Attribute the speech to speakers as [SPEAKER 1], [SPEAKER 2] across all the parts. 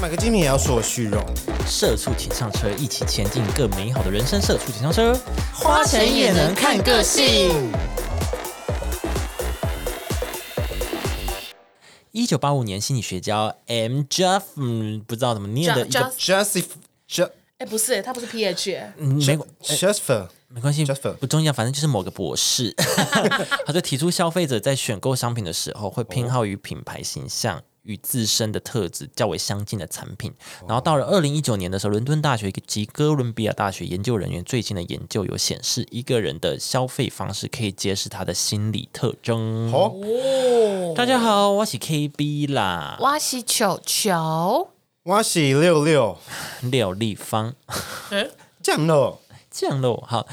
[SPEAKER 1] 买个精品也要说我虚荣，
[SPEAKER 2] 社畜请上车，一起前进更美好的人生。社畜请上车，
[SPEAKER 1] 花钱也能看个性。
[SPEAKER 2] 一九八五年心理学家 M. Jeff，嗯，不知道怎么念的一个，
[SPEAKER 1] Justif Ju
[SPEAKER 3] 哎、不是，他不是 PH，、欸、
[SPEAKER 2] 嗯，没
[SPEAKER 1] Justifer
[SPEAKER 2] 没关系
[SPEAKER 1] Jasper，
[SPEAKER 2] 不重要，反正就是某个博士，他就提出消费者在选购商品的时候会偏好于品牌形象。与自身的特质较为相近的产品，然后到了二零一九年的时候，伦敦大学及哥伦比亚大学研究人员最近的研究有显示，一个人的消费方式可以揭示他的心理特征。
[SPEAKER 1] 哦，
[SPEAKER 2] 大家好，我是 KB 啦，
[SPEAKER 3] 哇西球球，
[SPEAKER 1] 我是六六
[SPEAKER 2] 廖立方。
[SPEAKER 1] 降落
[SPEAKER 2] 这样喽，好。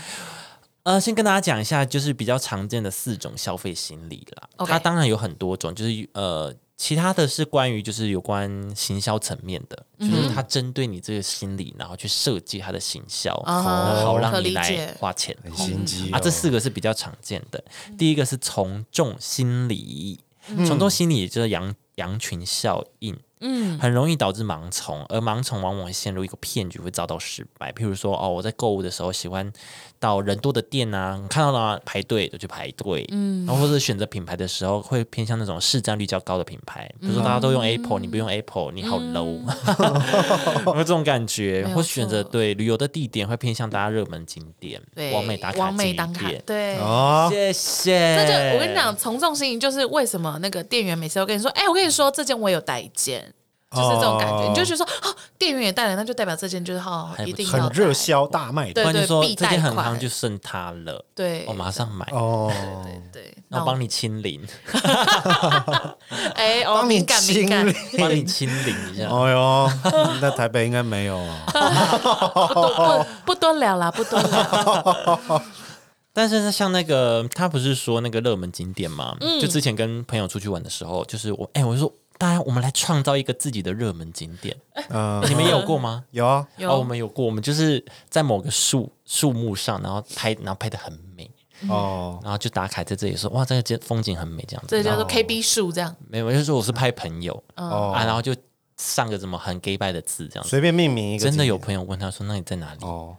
[SPEAKER 2] 呃，先跟大家讲一下，就是比较常见的四种消费心理啦。
[SPEAKER 3] OK
[SPEAKER 2] 它当然有很多种，就是呃，其他的是关于就是有关行销层面的，
[SPEAKER 3] 嗯
[SPEAKER 2] 就是它针对你这个心理，然后去设计它的行销，
[SPEAKER 3] 啊哈
[SPEAKER 2] 然后
[SPEAKER 3] 可
[SPEAKER 2] 让你
[SPEAKER 3] 理解嗯
[SPEAKER 2] 来花钱。
[SPEAKER 1] 很心机哦
[SPEAKER 2] 啊，这四个是比较常见的。第一个是从众心理，从众心理就是羊羊群效应。嗯，很容易导致盲从，而盲从往往会陷入一个骗局，会遭到失败。譬如说，哦，我在购物的时候喜欢到人多的店啊，看到了排队就去排队，嗯，然后或者选择品牌的时候会偏向那种市占率较高的品
[SPEAKER 3] 嗯
[SPEAKER 2] 牌，比如说大家都用 Apple，、你不用 Apple，你好 low，、有 这种感觉。
[SPEAKER 3] 没有
[SPEAKER 2] 或选择
[SPEAKER 3] 错
[SPEAKER 2] 对旅游的地点会偏向大家热门景点，
[SPEAKER 3] 对，
[SPEAKER 2] 完美打卡
[SPEAKER 3] 完美
[SPEAKER 2] 景
[SPEAKER 3] 打卡
[SPEAKER 2] 点，
[SPEAKER 3] 对。
[SPEAKER 1] 哦，
[SPEAKER 2] 谢谢。
[SPEAKER 3] 这就我跟你讲，，从众心理就是为什么那个店员每次都跟你说：“哎、我跟你说，这件我有带一件。”就是这种感觉
[SPEAKER 1] 哦
[SPEAKER 3] 你就觉得说，哦，店员也带了，那就代表这件就是哦，
[SPEAKER 2] 还不
[SPEAKER 3] 一定要
[SPEAKER 1] 很热
[SPEAKER 3] 带
[SPEAKER 1] 销大卖
[SPEAKER 2] 不
[SPEAKER 3] 对
[SPEAKER 2] 然就说
[SPEAKER 3] 必
[SPEAKER 2] 这
[SPEAKER 3] 带
[SPEAKER 2] 件很
[SPEAKER 3] 款
[SPEAKER 2] 夯，就剩它了，
[SPEAKER 3] 对
[SPEAKER 2] 我马上买，
[SPEAKER 1] 哦，
[SPEAKER 3] 对，
[SPEAKER 2] 那
[SPEAKER 3] 那
[SPEAKER 2] 我帮你清零，
[SPEAKER 3] 哎，哦，
[SPEAKER 1] 帮你
[SPEAKER 3] 敏感敏感，
[SPEAKER 2] 帮你清零一下。
[SPEAKER 1] 哦哟， 那台北应该没有哦。
[SPEAKER 3] 不多不哦不多聊啦，不多聊。
[SPEAKER 2] 但是像那个，他不是说那个热门景点嘛？就之前跟朋友出去玩的时候，就是我，哎、我就说大家我们来创造一个自己的热门景点，
[SPEAKER 1] 嗯，
[SPEAKER 2] 你们也有过吗？
[SPEAKER 1] 有啊，
[SPEAKER 3] 有
[SPEAKER 2] 哦，我们有过，我们就是在某个树树木上，然后拍，然后拍的很美，
[SPEAKER 1] 哦，
[SPEAKER 2] 然后就打卡在这里说，哇，这个街风景很美，这样子。
[SPEAKER 3] 这叫做 KB 数这样，
[SPEAKER 2] 没有，就是我是拍朋友、
[SPEAKER 3] 嗯
[SPEAKER 1] 哦
[SPEAKER 2] 啊，然后就上个什么很 gay 拜的字这样子。
[SPEAKER 1] 随便命名一个，
[SPEAKER 2] 真的有朋友问他说：“那你在哪里？”
[SPEAKER 1] 哦，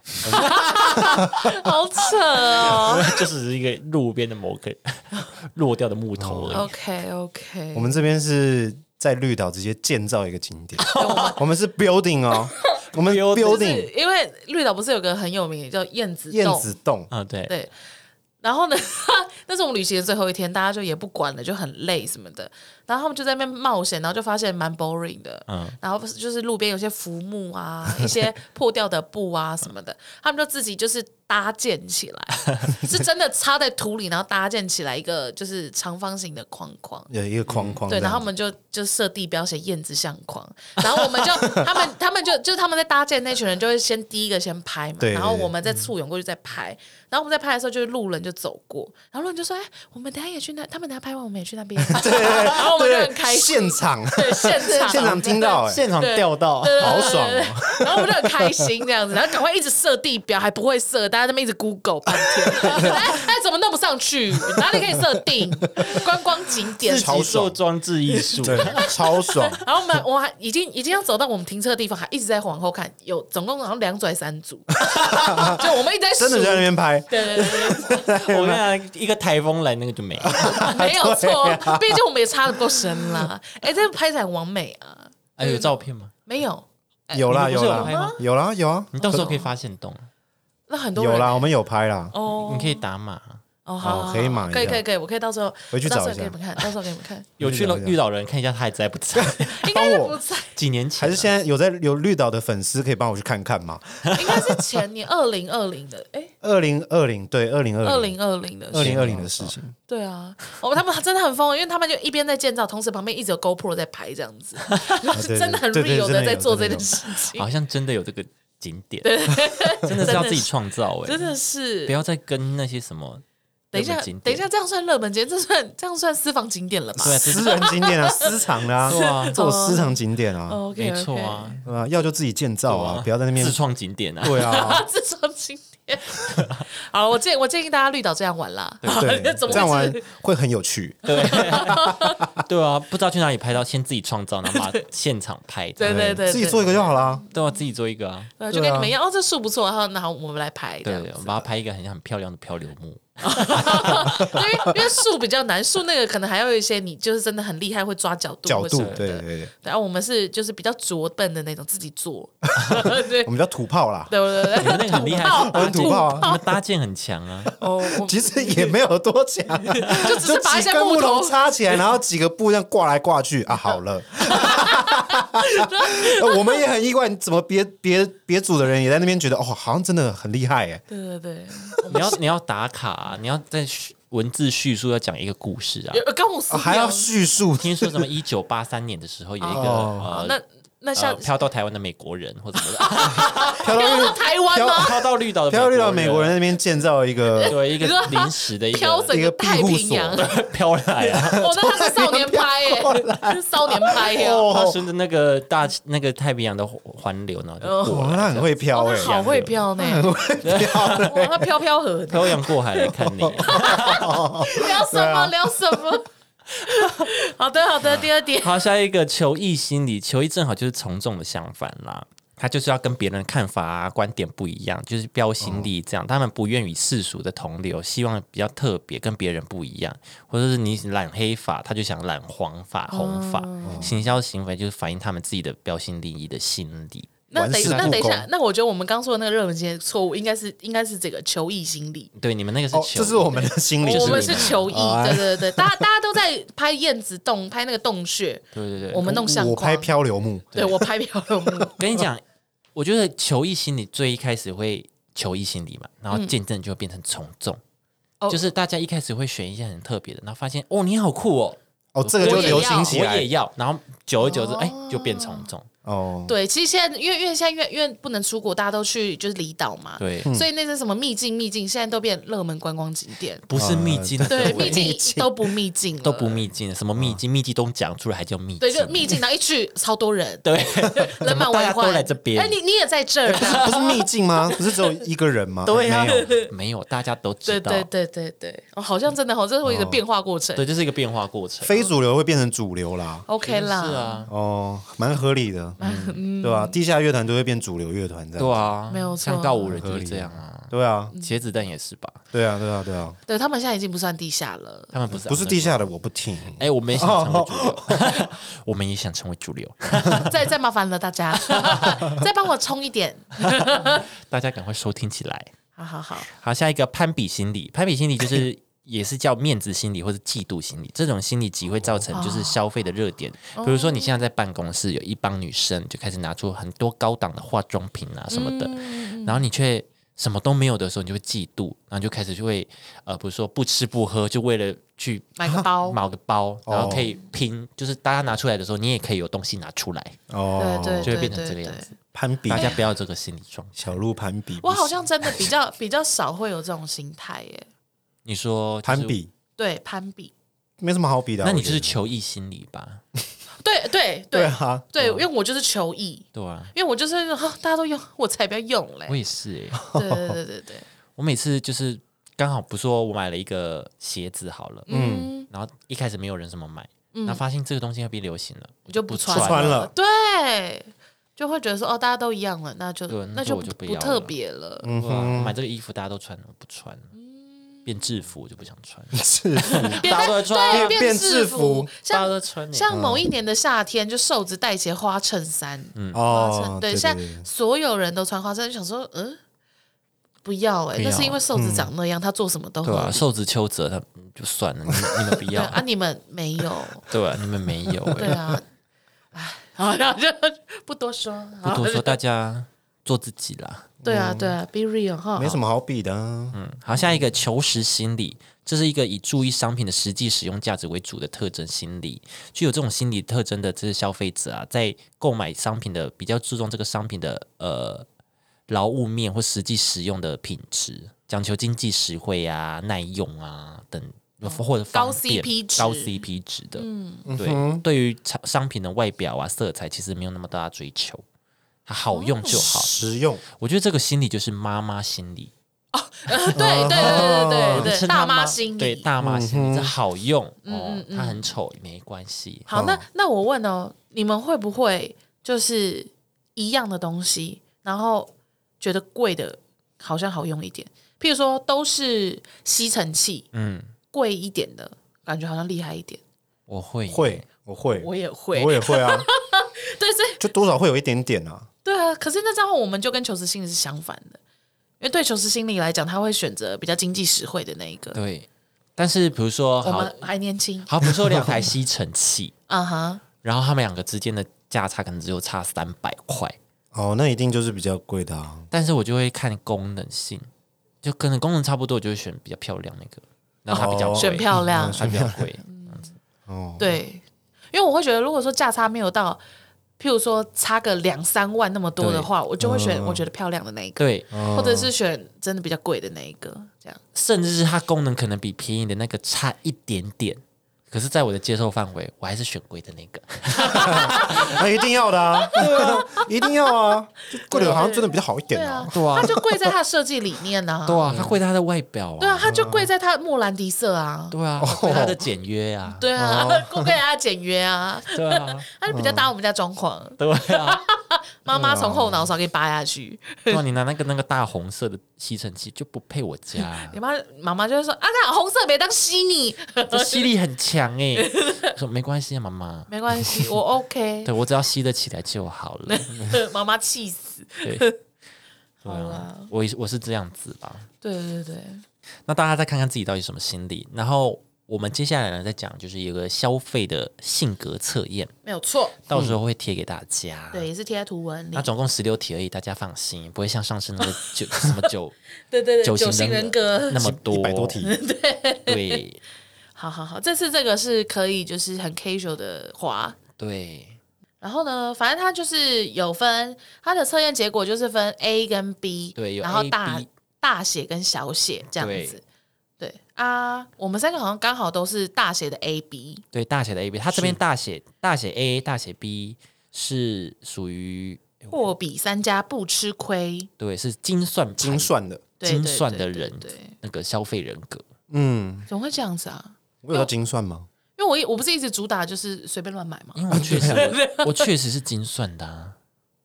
[SPEAKER 3] 好扯哦。
[SPEAKER 2] 就只是一个路边的某个 落掉的木头而已。
[SPEAKER 3] OK OK，
[SPEAKER 1] 我们这边是在绿岛直接建造一个景 点，
[SPEAKER 3] 我们
[SPEAKER 1] 我们是 building 哦，我们 building
[SPEAKER 3] 是因为绿岛不是有个很有名的叫燕子
[SPEAKER 1] 燕
[SPEAKER 3] 洞，
[SPEAKER 1] 子洞，
[SPEAKER 2] 啊，对，
[SPEAKER 3] 对。然后呢， 那是我们旅行的最后一天，大家就也不管了，就很累什么的。然后他们就在那边冒险，然后就发现蛮 boring 的。嗯。然后就是路边有些浮木啊，一些破掉的布啊什么的，他们就自己就是搭建起来，是真的插在土里，然后搭建起来一个就是长方形的框框。
[SPEAKER 1] 有一个框框这
[SPEAKER 3] 嗯
[SPEAKER 1] 样子，
[SPEAKER 3] 对，然后我们 就就设地标写燕子相框，然后我们就 他们他们就就他们在搭建那群人就会先第一个先拍嘛，
[SPEAKER 1] 对对
[SPEAKER 3] 然后我们再簇拥过去再拍，然后我们在拍的时候就是路人就走过，然后路人就说：“哎，我们等一下也去那，他们等一下拍完我们也 去那边。”然后我们就很开心，
[SPEAKER 1] 现场
[SPEAKER 3] 对现场
[SPEAKER 1] 现场听到，哎，
[SPEAKER 2] 现场钓到，
[SPEAKER 1] 好爽
[SPEAKER 3] 对
[SPEAKER 1] 哦！
[SPEAKER 3] 然后我们就很开心这样子，然后赶快一直设地标，还不会设，大家在那边一直 Google 半天，哎哎怎么弄不上去？哪里可以设定观光景点？
[SPEAKER 2] 自己做装置艺术，
[SPEAKER 1] 对，超爽，
[SPEAKER 3] 然后我们我还已经已经要走到我们停车的地方，还一直在往后看，有总共好像两组还是三组，就我们一直在数
[SPEAKER 1] 真的就在那边拍，
[SPEAKER 3] 对对对
[SPEAKER 2] 我跟你讲，一个台风来，那个就没 了。
[SPEAKER 3] 对，没有错，毕竟我们也差的够深啦。哎，这拍起来很完美啊，
[SPEAKER 2] 哎，有照片吗？
[SPEAKER 3] 没有，
[SPEAKER 1] 有啦
[SPEAKER 2] 你们不是有
[SPEAKER 1] 啦
[SPEAKER 2] 拍吗
[SPEAKER 1] 有啦有啊
[SPEAKER 2] 你到时候可以发现动，
[SPEAKER 3] 那很多人
[SPEAKER 1] 有啦，我们有拍啦，
[SPEAKER 3] 哦
[SPEAKER 2] 你可以打码。
[SPEAKER 3] 哦好好，好
[SPEAKER 1] 可以嘛
[SPEAKER 3] 可以
[SPEAKER 1] 一下
[SPEAKER 3] 可以可以，我可以到时候
[SPEAKER 1] 回去
[SPEAKER 3] 我到时
[SPEAKER 1] 找
[SPEAKER 3] 候
[SPEAKER 1] 一下
[SPEAKER 3] 给你们看，到时候给你们看，
[SPEAKER 2] 有去了遇到人看一下他还在不在？
[SPEAKER 3] 应该是
[SPEAKER 1] 帮我
[SPEAKER 3] 不在，
[SPEAKER 2] 几年前
[SPEAKER 1] 还
[SPEAKER 2] 啊
[SPEAKER 1] 是现在有在有绿岛的粉丝可以帮我去看看嘛？
[SPEAKER 3] 应该是前年二零二零的，哎，
[SPEAKER 1] 二零二零对二零
[SPEAKER 3] 二
[SPEAKER 1] 二零
[SPEAKER 3] 零二零的
[SPEAKER 1] 二
[SPEAKER 3] 是
[SPEAKER 1] 零二零的事情，
[SPEAKER 3] 对啊，哦，他们 真的很疯，因为他们就一边在建造，同时旁边一直有 GoPro 在拍这样 子，就是真的很
[SPEAKER 1] 对对
[SPEAKER 3] real
[SPEAKER 1] 真的
[SPEAKER 3] 的
[SPEAKER 1] 有哦
[SPEAKER 3] 在做这
[SPEAKER 1] 真的
[SPEAKER 3] 件事情，
[SPEAKER 2] 好像真的有这个景点， 真的是要自己创造哎
[SPEAKER 3] 真，的是
[SPEAKER 2] 不。要再跟那些什么
[SPEAKER 3] 等一
[SPEAKER 2] 热
[SPEAKER 3] 下
[SPEAKER 2] 门景，
[SPEAKER 3] 等
[SPEAKER 2] 点
[SPEAKER 3] 一下，，这样算热门景点，这算这样算私房景点了吧？
[SPEAKER 2] 对啊，这
[SPEAKER 1] 私人景点啊， 私藏的
[SPEAKER 2] 对啊
[SPEAKER 1] 啊，这种私藏景点啊，
[SPEAKER 3] o k
[SPEAKER 2] 没错 啊，，
[SPEAKER 1] 对啊，要就自己建造
[SPEAKER 2] 对
[SPEAKER 1] 啊，不要在那边
[SPEAKER 2] 自创景点啊。
[SPEAKER 1] 对啊，
[SPEAKER 3] 私房景点。 好，我建我建议大家绿岛这样玩啦，
[SPEAKER 1] 对，
[SPEAKER 3] 怎么
[SPEAKER 1] 这样
[SPEAKER 3] 会
[SPEAKER 1] 玩
[SPEAKER 3] 是？
[SPEAKER 1] 会很有趣。
[SPEAKER 2] 对啊，不知道去哪里拍照，先自己创造，然后把现场拍照，
[SPEAKER 3] 对对对，
[SPEAKER 1] 自己做一
[SPEAKER 3] 个，
[SPEAKER 1] 个就好啦。
[SPEAKER 2] 对啊，自己做一个啊。
[SPEAKER 3] 对就
[SPEAKER 1] 对
[SPEAKER 3] 跟
[SPEAKER 1] 啊
[SPEAKER 3] 你们一样，哦，这树不错，然后然后我们来拍这
[SPEAKER 2] 对，
[SPEAKER 3] 样啊
[SPEAKER 2] 我们把它拍一个很很漂亮的漂流木，
[SPEAKER 3] 因为因为树比较难，树那个可能还要有一些你就是真的很厉害，会抓角度
[SPEAKER 1] 角
[SPEAKER 3] 或什
[SPEAKER 1] 度
[SPEAKER 3] 么，的。
[SPEAKER 1] 对对对，
[SPEAKER 3] 然后啊我们是就是比较拙笨的那种，自己做。对
[SPEAKER 1] 我们叫土炮啦，
[SPEAKER 3] 对对对
[SPEAKER 2] 你们那个很厉 害，
[SPEAKER 1] 我很土炮啊。
[SPEAKER 2] 你们搭建很强 啊。
[SPEAKER 3] 哦，我
[SPEAKER 1] 其实也没有多强，
[SPEAKER 3] 就只是把一
[SPEAKER 1] 几
[SPEAKER 3] 些
[SPEAKER 1] 根木
[SPEAKER 3] 头
[SPEAKER 1] 头插起来，然后几个布这样挂来挂去啊，好了。 呃我们也很意外，怎么别别别组的人也在那边觉得哦，好像真的很厉害耶。
[SPEAKER 3] 对对对，
[SPEAKER 2] 你要你要打卡啊，你要在叙文字叙述要讲一个故事 啊。
[SPEAKER 3] 有跟我是
[SPEAKER 1] 啊
[SPEAKER 3] 一
[SPEAKER 1] 还要
[SPEAKER 3] 样。
[SPEAKER 1] 叙述，
[SPEAKER 2] 听说什么一九八三年的时候有一个
[SPEAKER 1] 哦
[SPEAKER 2] 呃
[SPEAKER 3] 那那
[SPEAKER 2] 呃
[SPEAKER 3] 像
[SPEAKER 2] 飘到台湾的美国人或者什么的，
[SPEAKER 1] 飘到
[SPEAKER 3] 飘
[SPEAKER 1] 绿
[SPEAKER 3] 到台湾
[SPEAKER 1] 飘
[SPEAKER 3] 吗？
[SPEAKER 2] 飘到绿岛的
[SPEAKER 1] 飘到绿岛美国人
[SPEAKER 2] 人，
[SPEAKER 1] 那边建造一个，
[SPEAKER 2] 对一
[SPEAKER 3] 你说
[SPEAKER 2] 个临时的一
[SPEAKER 3] 飘
[SPEAKER 2] 个
[SPEAKER 3] 整
[SPEAKER 1] 一个庇
[SPEAKER 3] 太
[SPEAKER 1] 护
[SPEAKER 3] 平
[SPEAKER 1] 所
[SPEAKER 3] 洋。
[SPEAKER 2] 飘来啊。
[SPEAKER 3] 哦，那他是少年拍耶，是少年拍耶。哦，
[SPEAKER 2] 他顺着那个大那个太平洋的环流呢，
[SPEAKER 3] 哦
[SPEAKER 2] 就过
[SPEAKER 1] 哇，那很会飘
[SPEAKER 3] 他
[SPEAKER 1] 哎，
[SPEAKER 3] 哦好会飘呢，哇，他飘飘河。
[SPEAKER 2] 漂洋过海来看你。
[SPEAKER 3] 聊什么？聊什么？ 好的，好的，第二点。
[SPEAKER 2] 好，下一个求异心理，求异正好就是从众的相反啦。他就是要跟别人的看法啊、观点不一样，就是标新立这样。他们不愿与世俗的同流，希望比较特别，跟别人不一样。或者是你染黑发，他就想染黄发、红发。行销行为就是反映他们自己的标新立异的心理。
[SPEAKER 3] 那等
[SPEAKER 1] 玩世
[SPEAKER 3] 那
[SPEAKER 1] 不
[SPEAKER 3] 等一下
[SPEAKER 1] 恭，
[SPEAKER 3] 那我觉得我们刚说的那个热门今天错误应该是应该是这个求异心理，
[SPEAKER 2] 对，你们那个是
[SPEAKER 1] 哦，
[SPEAKER 2] 求
[SPEAKER 1] 这
[SPEAKER 2] 异、
[SPEAKER 1] 是我们的心理，
[SPEAKER 3] 我们
[SPEAKER 2] 你
[SPEAKER 3] 是
[SPEAKER 2] 们
[SPEAKER 3] 求异，
[SPEAKER 1] 哎
[SPEAKER 3] 对对对，大家大家都在拍燕子洞，拍那个洞穴，
[SPEAKER 2] 对对对
[SPEAKER 3] 我，们弄相
[SPEAKER 1] 我
[SPEAKER 3] 框
[SPEAKER 1] 拍，漂流木，
[SPEAKER 3] 对我拍漂流木，
[SPEAKER 2] 跟你讲，我觉得求异心理最一开始会求异心理嘛，然后见证就会变成从众，
[SPEAKER 3] 哦
[SPEAKER 2] 就是大家一开始会选一些很特别的，然后发现哦你好酷哦，
[SPEAKER 1] 哦，这个就
[SPEAKER 3] 我也
[SPEAKER 1] 流行
[SPEAKER 3] 要
[SPEAKER 1] 起
[SPEAKER 2] 我
[SPEAKER 1] 来
[SPEAKER 2] 也要，然后久而久
[SPEAKER 3] 哦
[SPEAKER 2] 之哎、就变从众，
[SPEAKER 1] 哦，
[SPEAKER 3] 对，其实现在因为因为现在因为因为不能出国，大家都去就是离岛嘛，
[SPEAKER 2] 对，
[SPEAKER 1] 嗯
[SPEAKER 3] 所以那些什么秘境秘境现在都变热门观光景点，
[SPEAKER 2] 不是秘境，
[SPEAKER 3] 对，
[SPEAKER 2] 各位
[SPEAKER 3] 秘境都不秘境了，
[SPEAKER 2] 都不秘境，什么秘境，秘境都讲出来还叫秘境，
[SPEAKER 3] 对，就秘境，然后一去超多人，
[SPEAKER 2] 对
[SPEAKER 3] 人满为
[SPEAKER 2] 大家都
[SPEAKER 3] 患，
[SPEAKER 2] 来这边
[SPEAKER 3] 哎，你你也在这儿啊，
[SPEAKER 1] 不是秘境吗？不是只有一个人 吗？
[SPEAKER 2] 对啊
[SPEAKER 1] 没有，
[SPEAKER 2] 没有大家都
[SPEAKER 3] 对
[SPEAKER 2] 啊知道，
[SPEAKER 3] 对对对对，哦，好像真的好，这是我一个变化过程
[SPEAKER 2] 对，这是一个变化过程，
[SPEAKER 1] 非主流会变成主流啦。
[SPEAKER 3] ，OK 啦，嗯
[SPEAKER 2] 是，啊，
[SPEAKER 1] 哦，蛮合理的，对吧？地下乐团都会变主流乐团，这样
[SPEAKER 2] 对啊，
[SPEAKER 3] 没有错
[SPEAKER 2] 像告五人就是这样啊，
[SPEAKER 1] 对啊，
[SPEAKER 2] 茄子蛋也是吧，
[SPEAKER 1] 对啊，对啊，对啊，
[SPEAKER 3] 对他们现在已经不算地下了，
[SPEAKER 2] 他们不是
[SPEAKER 1] 不是地下的我不听，
[SPEAKER 2] 哎、我们也想成为主流， 我们也想成为主流，
[SPEAKER 3] 再再麻烦了大家，再帮我冲一点。
[SPEAKER 2] 大家赶快收听起来。
[SPEAKER 3] 好好好，
[SPEAKER 2] 好，下一个攀比心理，攀比心理就是也是叫面子心理或者嫉妒心理，这种心理极会造成就是消费的热点，比如说你现在在办公室有一帮女生就开始拿出很多高档的化妆品啊什么的，然后你却。什么都没有的时候，你就会嫉妒，然后就开始就会，呃，比如说不吃不喝，就为了去
[SPEAKER 3] 买个 包，
[SPEAKER 2] 买个包，然后可以拼，就是大家拿出来的时候，你也可以有东西拿出来，
[SPEAKER 1] 哦，
[SPEAKER 3] 对对
[SPEAKER 2] 就会
[SPEAKER 3] 对
[SPEAKER 2] 变成这个
[SPEAKER 3] 对
[SPEAKER 2] 样
[SPEAKER 3] 对
[SPEAKER 2] 子。
[SPEAKER 1] 攀比
[SPEAKER 2] 啊大，家不要有这个心理状态。
[SPEAKER 1] 小鹿攀比，
[SPEAKER 3] 我好像真的比较比较少会有这种心态耶，
[SPEAKER 2] 你说就是
[SPEAKER 1] 攀，比，
[SPEAKER 3] 对攀比，
[SPEAKER 1] 没什么好比的啊。
[SPEAKER 2] 那你
[SPEAKER 1] 我
[SPEAKER 2] 就
[SPEAKER 1] 觉得
[SPEAKER 2] 是求异心理吧？
[SPEAKER 3] 对对
[SPEAKER 1] 对
[SPEAKER 3] 对
[SPEAKER 1] 啊，
[SPEAKER 3] 对，因为我就是求异，
[SPEAKER 2] 对啊，
[SPEAKER 3] 因为我就是 那种啊大家都用，我才不要用嘞
[SPEAKER 2] 我。也是诶、
[SPEAKER 3] 对对对对对，
[SPEAKER 2] 我每次就是刚好不是说我买了一个鞋子好了，
[SPEAKER 3] 嗯，
[SPEAKER 2] 然后一开始没有人什么买，然后发现这个东西要变流行了，
[SPEAKER 3] 我就不穿
[SPEAKER 1] 不穿了
[SPEAKER 3] 对，就会觉得说哦，大家都一样了，那就
[SPEAKER 2] 对
[SPEAKER 3] 那
[SPEAKER 2] 那
[SPEAKER 3] 就
[SPEAKER 2] 我就不
[SPEAKER 3] 不
[SPEAKER 2] 要
[SPEAKER 3] 特
[SPEAKER 2] 了
[SPEAKER 3] 别了。嗯
[SPEAKER 2] 对啊买这个衣服大家都穿了，我不穿了。变制服我就不想穿，
[SPEAKER 1] 是
[SPEAKER 2] 大家都在穿啊，
[SPEAKER 3] 对，
[SPEAKER 1] 变
[SPEAKER 3] 变
[SPEAKER 1] 制
[SPEAKER 3] 制
[SPEAKER 1] 服
[SPEAKER 3] 服，
[SPEAKER 2] 大家
[SPEAKER 3] 像
[SPEAKER 2] 都在穿欸，
[SPEAKER 3] 像某一年的夏天，就瘦子带起花衬衫，
[SPEAKER 2] 嗯
[SPEAKER 3] 花
[SPEAKER 1] 哦
[SPEAKER 3] 衬，对，现在所有人都穿花衬，就想说，嗯，不要哎、
[SPEAKER 2] 不
[SPEAKER 3] 那
[SPEAKER 2] 要
[SPEAKER 3] 是因为瘦子长那样，他做什么都
[SPEAKER 2] 对
[SPEAKER 3] 合
[SPEAKER 2] 啊，
[SPEAKER 3] 理。
[SPEAKER 2] 瘦子邱泽他嗯就算了，你们你们不
[SPEAKER 3] 对
[SPEAKER 2] 要，
[SPEAKER 3] 啊，你们没有，
[SPEAKER 2] 对啊，你们没有欸
[SPEAKER 3] 对啊，哎，好，然后就不多说，
[SPEAKER 2] 不
[SPEAKER 3] 好
[SPEAKER 2] 多说，大家做自己啦。嗯
[SPEAKER 3] 对啊，对啊，be real 哈，
[SPEAKER 1] 没什么好比的啊。
[SPEAKER 2] 好，下一个求实心理，这是一个以注意商品的实际使用价值为主的特征心理。具有这种心理特征的这些消费者啊，在购买商品的比较注重这个商品的呃劳务面或实际使用的品质，讲求经济实惠啊、耐用啊等。或者方
[SPEAKER 3] 哦高
[SPEAKER 2] 便
[SPEAKER 3] CP 值
[SPEAKER 2] 高 CP 值的，嗯，对，对于产商品的外表啊、色彩，其实没有那么大的
[SPEAKER 3] 哦
[SPEAKER 2] 追求，它好用就好。
[SPEAKER 1] 实用
[SPEAKER 2] 我觉得这个心理就是妈妈心理，嗯
[SPEAKER 3] 呃 对对对对对哦对
[SPEAKER 2] 是
[SPEAKER 3] 对，大妈心理。
[SPEAKER 2] 对大妈心
[SPEAKER 1] 嗯
[SPEAKER 2] 理，这好用哦
[SPEAKER 3] 嗯嗯。
[SPEAKER 2] 他很丑没关系，
[SPEAKER 3] 好，那那我问哦，你们会不会就是一样的东西，然后觉得贵的好像好用一点？譬如说都是吸尘器，
[SPEAKER 2] 嗯，
[SPEAKER 3] 贵一点的感觉好像厉害一点。
[SPEAKER 2] 我会
[SPEAKER 1] 会，我会，
[SPEAKER 3] 我也会
[SPEAKER 1] 我，也会啊，
[SPEAKER 3] 对，所以
[SPEAKER 1] 就多少会有一点点啊。
[SPEAKER 3] 对啊，可是那这样我们就跟求职心理是相反的，因为对求职心理来讲，他会选择比较经济实惠的那一个。
[SPEAKER 2] 对，但是比如说
[SPEAKER 3] 我
[SPEAKER 2] 好
[SPEAKER 3] 们还年轻，
[SPEAKER 2] 好，比如说两台吸尘器，
[SPEAKER 3] 啊哈，
[SPEAKER 2] 然后他们两个之间的价差可能只有差三百块，
[SPEAKER 1] 哦，那一定就是比较贵的 啊。
[SPEAKER 2] 但是我就会看功能性，就可能功能差不多，我就会选比较漂亮那个，然后它比较
[SPEAKER 1] 哦
[SPEAKER 2] 贵
[SPEAKER 3] 选漂亮，嗯
[SPEAKER 2] 它比较贵，
[SPEAKER 1] 哦，
[SPEAKER 3] 对，因为我会觉得，如果说价差没有到，譬如说差个两三万那么多的话，我就会
[SPEAKER 2] 嗯
[SPEAKER 3] 选我觉得漂亮的那一个，
[SPEAKER 2] 对，
[SPEAKER 3] 或者是选真的比较贵的那一个，这样。
[SPEAKER 2] 甚至是它功能可能比便宜的那个差一点点，可是在我的接受范围，我还是选贵的那个。
[SPEAKER 1] 那一定要的啊，对啊， 一定要啊，就贵的好像真的比较好一点
[SPEAKER 3] 对
[SPEAKER 1] 啊
[SPEAKER 3] 啊。，
[SPEAKER 2] 对啊
[SPEAKER 3] 它就贵在它的设计理念呐、
[SPEAKER 2] 对啊，它贵在它的外表
[SPEAKER 3] 对啊，
[SPEAKER 2] 啊，
[SPEAKER 3] 它就贵在它的莫兰迪色啊，
[SPEAKER 2] 对啊，它贵在它的简约啊，
[SPEAKER 3] 对啊， 贵在它简约啊，
[SPEAKER 2] 对啊，
[SPEAKER 3] 它就比较搭我们家装潢。
[SPEAKER 2] 对啊，
[SPEAKER 3] 妈妈从后脑勺给你扒下去，
[SPEAKER 2] 对啊，你拿那个那个大红色的吸尘器就不配我家 啊，
[SPEAKER 3] 你妈妈妈就会说啊，那红色别当稀泥，
[SPEAKER 2] 这吸力很强哎，我说没关系啊，妈妈，
[SPEAKER 3] 没关系，我 OK
[SPEAKER 2] 对。我只要吸得起来就好了，
[SPEAKER 3] 妈妈气死，
[SPEAKER 2] 对， 对
[SPEAKER 3] 好
[SPEAKER 2] 啊
[SPEAKER 3] 啦，
[SPEAKER 2] 我也是我是这样子吧，
[SPEAKER 3] 对对对，
[SPEAKER 2] 那大家再看看自己到底什么心理，然后我们接下来呢再讲，就是有个消费的性格测验，
[SPEAKER 3] 没有错。
[SPEAKER 2] 到时候会贴给大家。
[SPEAKER 3] 对，也是贴在图文里
[SPEAKER 2] 那。总共十六题而已，大家放心，不会像上次那个 九什么九
[SPEAKER 3] 对对对，
[SPEAKER 2] 九
[SPEAKER 3] 九型
[SPEAKER 2] 型
[SPEAKER 3] 人
[SPEAKER 2] 格
[SPEAKER 3] 格。
[SPEAKER 2] 那么多
[SPEAKER 1] 一百多题，
[SPEAKER 2] 对
[SPEAKER 3] 好好好，这次这个是可以就是很 casual 的滑。
[SPEAKER 2] 对，
[SPEAKER 3] 然后呢，反正它就是有分，它的测验结果就是分 A 跟 B，
[SPEAKER 2] 对有
[SPEAKER 3] 然后
[SPEAKER 2] A
[SPEAKER 3] 大
[SPEAKER 2] B
[SPEAKER 3] 大写跟小写这样
[SPEAKER 2] 对
[SPEAKER 3] 子。对啊，我们三个好像刚好都是大写的 A B，
[SPEAKER 2] 对大写的 A B，它这边大写大写 A 大写 B 是属于
[SPEAKER 3] 货比三家不吃亏，
[SPEAKER 2] 对是精算盘
[SPEAKER 1] 精算的，
[SPEAKER 3] 对
[SPEAKER 2] 精算的
[SPEAKER 3] 对对
[SPEAKER 2] 人
[SPEAKER 3] 对对
[SPEAKER 2] 那个消费人格，
[SPEAKER 1] 嗯，
[SPEAKER 3] 怎么会这样子啊？
[SPEAKER 1] 我有到精算吗？
[SPEAKER 3] 因为我一我不是一直主打就是随便乱买吗？
[SPEAKER 2] 因为我确实我确实是精算的、啊，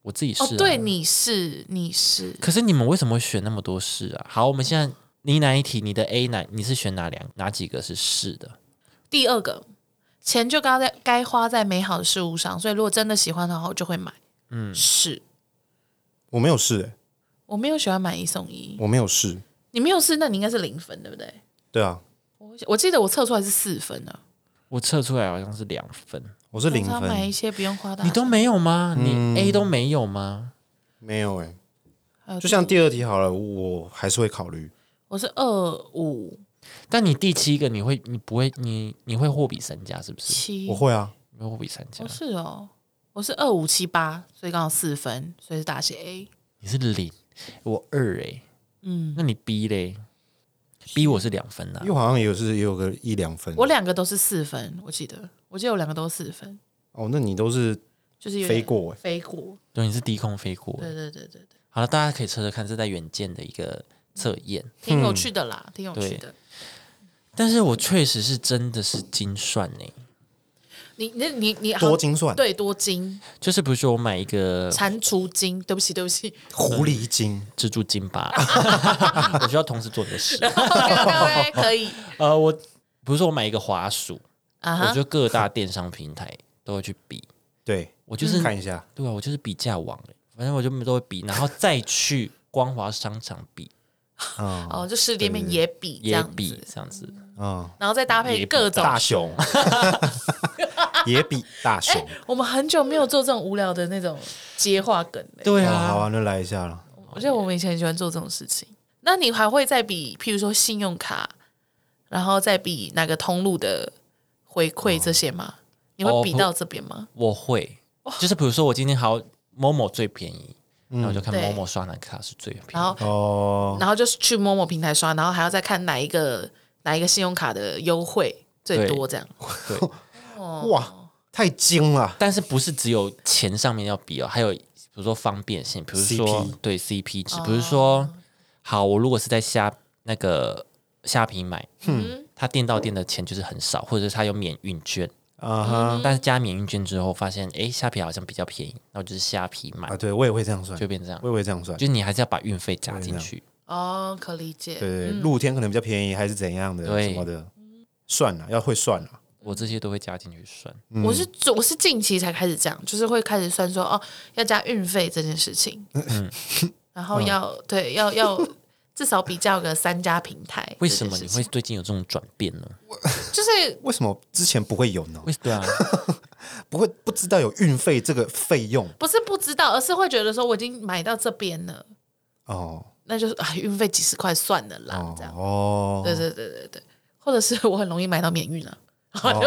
[SPEAKER 2] 我自己是、啊
[SPEAKER 3] 哦，对，你是你是，
[SPEAKER 2] 可是你们为什么会选那么多是啊？好，我们现在你哪一题？你的 A 哪？你是选哪两哪几个是是的？
[SPEAKER 3] 第二个，钱就该在该花在美好的事物上，所以如果真的喜欢的话，我就会买。嗯，是
[SPEAKER 1] 我没有试欸，
[SPEAKER 3] 我没有喜欢买一送一，
[SPEAKER 1] 我没有试。
[SPEAKER 3] 你没有是，那你应该是零分，对不对？
[SPEAKER 1] 对啊，
[SPEAKER 3] 我我记得我测出来是四分啊呢、
[SPEAKER 2] 我测出来好像是两分，
[SPEAKER 1] 我是
[SPEAKER 3] 通
[SPEAKER 1] 零
[SPEAKER 3] 常买一
[SPEAKER 1] 分，
[SPEAKER 3] 些不用花大
[SPEAKER 2] 你都
[SPEAKER 3] 钱
[SPEAKER 2] 没有吗？你 A 都没有吗？
[SPEAKER 1] 没有哎。
[SPEAKER 3] 还有
[SPEAKER 1] 就像第二题好了，我还是会考虑。
[SPEAKER 3] 我是二五
[SPEAKER 2] 但你第七个你会你不会你你会货比三家是不是？
[SPEAKER 3] 七，
[SPEAKER 1] 我会啊，
[SPEAKER 2] 你会货比三家
[SPEAKER 3] 哦，是哦，我是二五七八，所以刚好四分，所以是大写 A。
[SPEAKER 2] 你是零，我二哎、欸，
[SPEAKER 3] 嗯，
[SPEAKER 2] 那你 B 嘞？B 我是两分啊呐、
[SPEAKER 1] 因为我好像也是也有个一两分。
[SPEAKER 3] 我两个都是四分，我记得，我记得我两个都是四分，
[SPEAKER 1] 哦，那你都是
[SPEAKER 3] 就是有
[SPEAKER 1] 飞
[SPEAKER 3] 点
[SPEAKER 1] 过欸
[SPEAKER 3] 飞过，
[SPEAKER 2] 对，你是低空飞过。
[SPEAKER 3] 对对对对对，
[SPEAKER 2] 好了，大家可以测测看，这在远见的一个测验。
[SPEAKER 1] 嗯
[SPEAKER 3] 挺有趣的啦，挺有
[SPEAKER 2] 对
[SPEAKER 3] 趣的。
[SPEAKER 2] 但是我确实是真的是精算欸呢、
[SPEAKER 3] 你你你你好
[SPEAKER 1] 多精算，
[SPEAKER 3] 对多金
[SPEAKER 2] 就是比如说我买一个
[SPEAKER 3] 蟾蜍金，对不起对不 起
[SPEAKER 1] 狐狸精，
[SPEAKER 2] 蜘蛛精 吧，我需要同时做这个事。
[SPEAKER 3] ，OK OK 可以
[SPEAKER 2] 呃，我比如说我买一个滑鼠，
[SPEAKER 3] 啊
[SPEAKER 2] 我
[SPEAKER 3] 哈
[SPEAKER 2] 就各大电商平台都会去比，
[SPEAKER 1] 对，
[SPEAKER 2] 我就是、
[SPEAKER 1] 看一下。
[SPEAKER 2] 对啊，我就是比价网、欸，反正我就都会比，然后再去光华商场比
[SPEAKER 1] 啊
[SPEAKER 3] 哦，就实体店面也比这
[SPEAKER 2] 也
[SPEAKER 3] 样
[SPEAKER 2] 比
[SPEAKER 3] 子，
[SPEAKER 2] 这样子。
[SPEAKER 1] 啊，
[SPEAKER 3] 然后再搭配各种。
[SPEAKER 1] 大熊，也比大熊。
[SPEAKER 3] 我们很久没有做这种无聊的那种接话梗了。
[SPEAKER 2] 对
[SPEAKER 1] 哦好
[SPEAKER 2] 啊，
[SPEAKER 1] 啊，那来一下了。
[SPEAKER 3] 我觉得我们以前很喜欢做这种事情。那你还会再比，譬如说信用卡，然后再比哪个通路的回
[SPEAKER 1] 哦
[SPEAKER 3] 馈这些吗？你会比到这边吗？
[SPEAKER 2] 我会，就是比如说我今天好某某最便宜，那我就看
[SPEAKER 3] 对
[SPEAKER 2] 某某刷哪卡是最便宜。
[SPEAKER 3] 然后，
[SPEAKER 1] 哦，
[SPEAKER 3] 然后就是去某某平台刷，然后还要再看哪一个哪一个信用卡的优惠最多这样。
[SPEAKER 2] 对，
[SPEAKER 1] 哇，太精了，
[SPEAKER 2] 但是不是只有钱上面要比哦，还有比如说方便性，比如说
[SPEAKER 1] CP
[SPEAKER 2] 对 CP 值，比如说好，我如果是在虾那个虾皮买，
[SPEAKER 3] 嗯，
[SPEAKER 2] 他店到店的钱就是很少，或者是他有免运券，
[SPEAKER 1] 啊
[SPEAKER 3] 嗯
[SPEAKER 1] 哈
[SPEAKER 2] 但是加免运券之后发现，诶，虾皮好像比较便宜，那我就是虾皮买
[SPEAKER 1] 啊，，对我也会这样算
[SPEAKER 2] 就，变这样
[SPEAKER 1] 我。也会这样算。
[SPEAKER 2] 就你还是要把运费加进去，
[SPEAKER 3] 哦，可理解。
[SPEAKER 1] 对对，露天可能比较便宜，还是怎样的
[SPEAKER 2] 对
[SPEAKER 1] 什么的，算了，要会算了。
[SPEAKER 2] 我这些都会加进去算。
[SPEAKER 1] 嗯
[SPEAKER 3] 我是我是近期才开始这样，就是会开始算说哦，要加运费这件事情，
[SPEAKER 1] 嗯
[SPEAKER 3] 然后要、对要要至少比较个三家平台。
[SPEAKER 2] 为什么
[SPEAKER 3] 这
[SPEAKER 2] 你
[SPEAKER 3] 件
[SPEAKER 2] 会
[SPEAKER 3] 事情
[SPEAKER 2] 最近有这种转变呢？
[SPEAKER 3] 就是
[SPEAKER 1] 为什么之前不会有呢？
[SPEAKER 2] 为 对啊，
[SPEAKER 1] 不会不知道有运费这个费用
[SPEAKER 3] 不是不知道，而是会觉得说我已经买到这边了，
[SPEAKER 1] 哦
[SPEAKER 3] 那就是啊运费几十块算了啦，
[SPEAKER 1] 哦
[SPEAKER 3] 这样。
[SPEAKER 1] 哦，
[SPEAKER 3] 对对对对对，或者是我很容易买到免运了、啊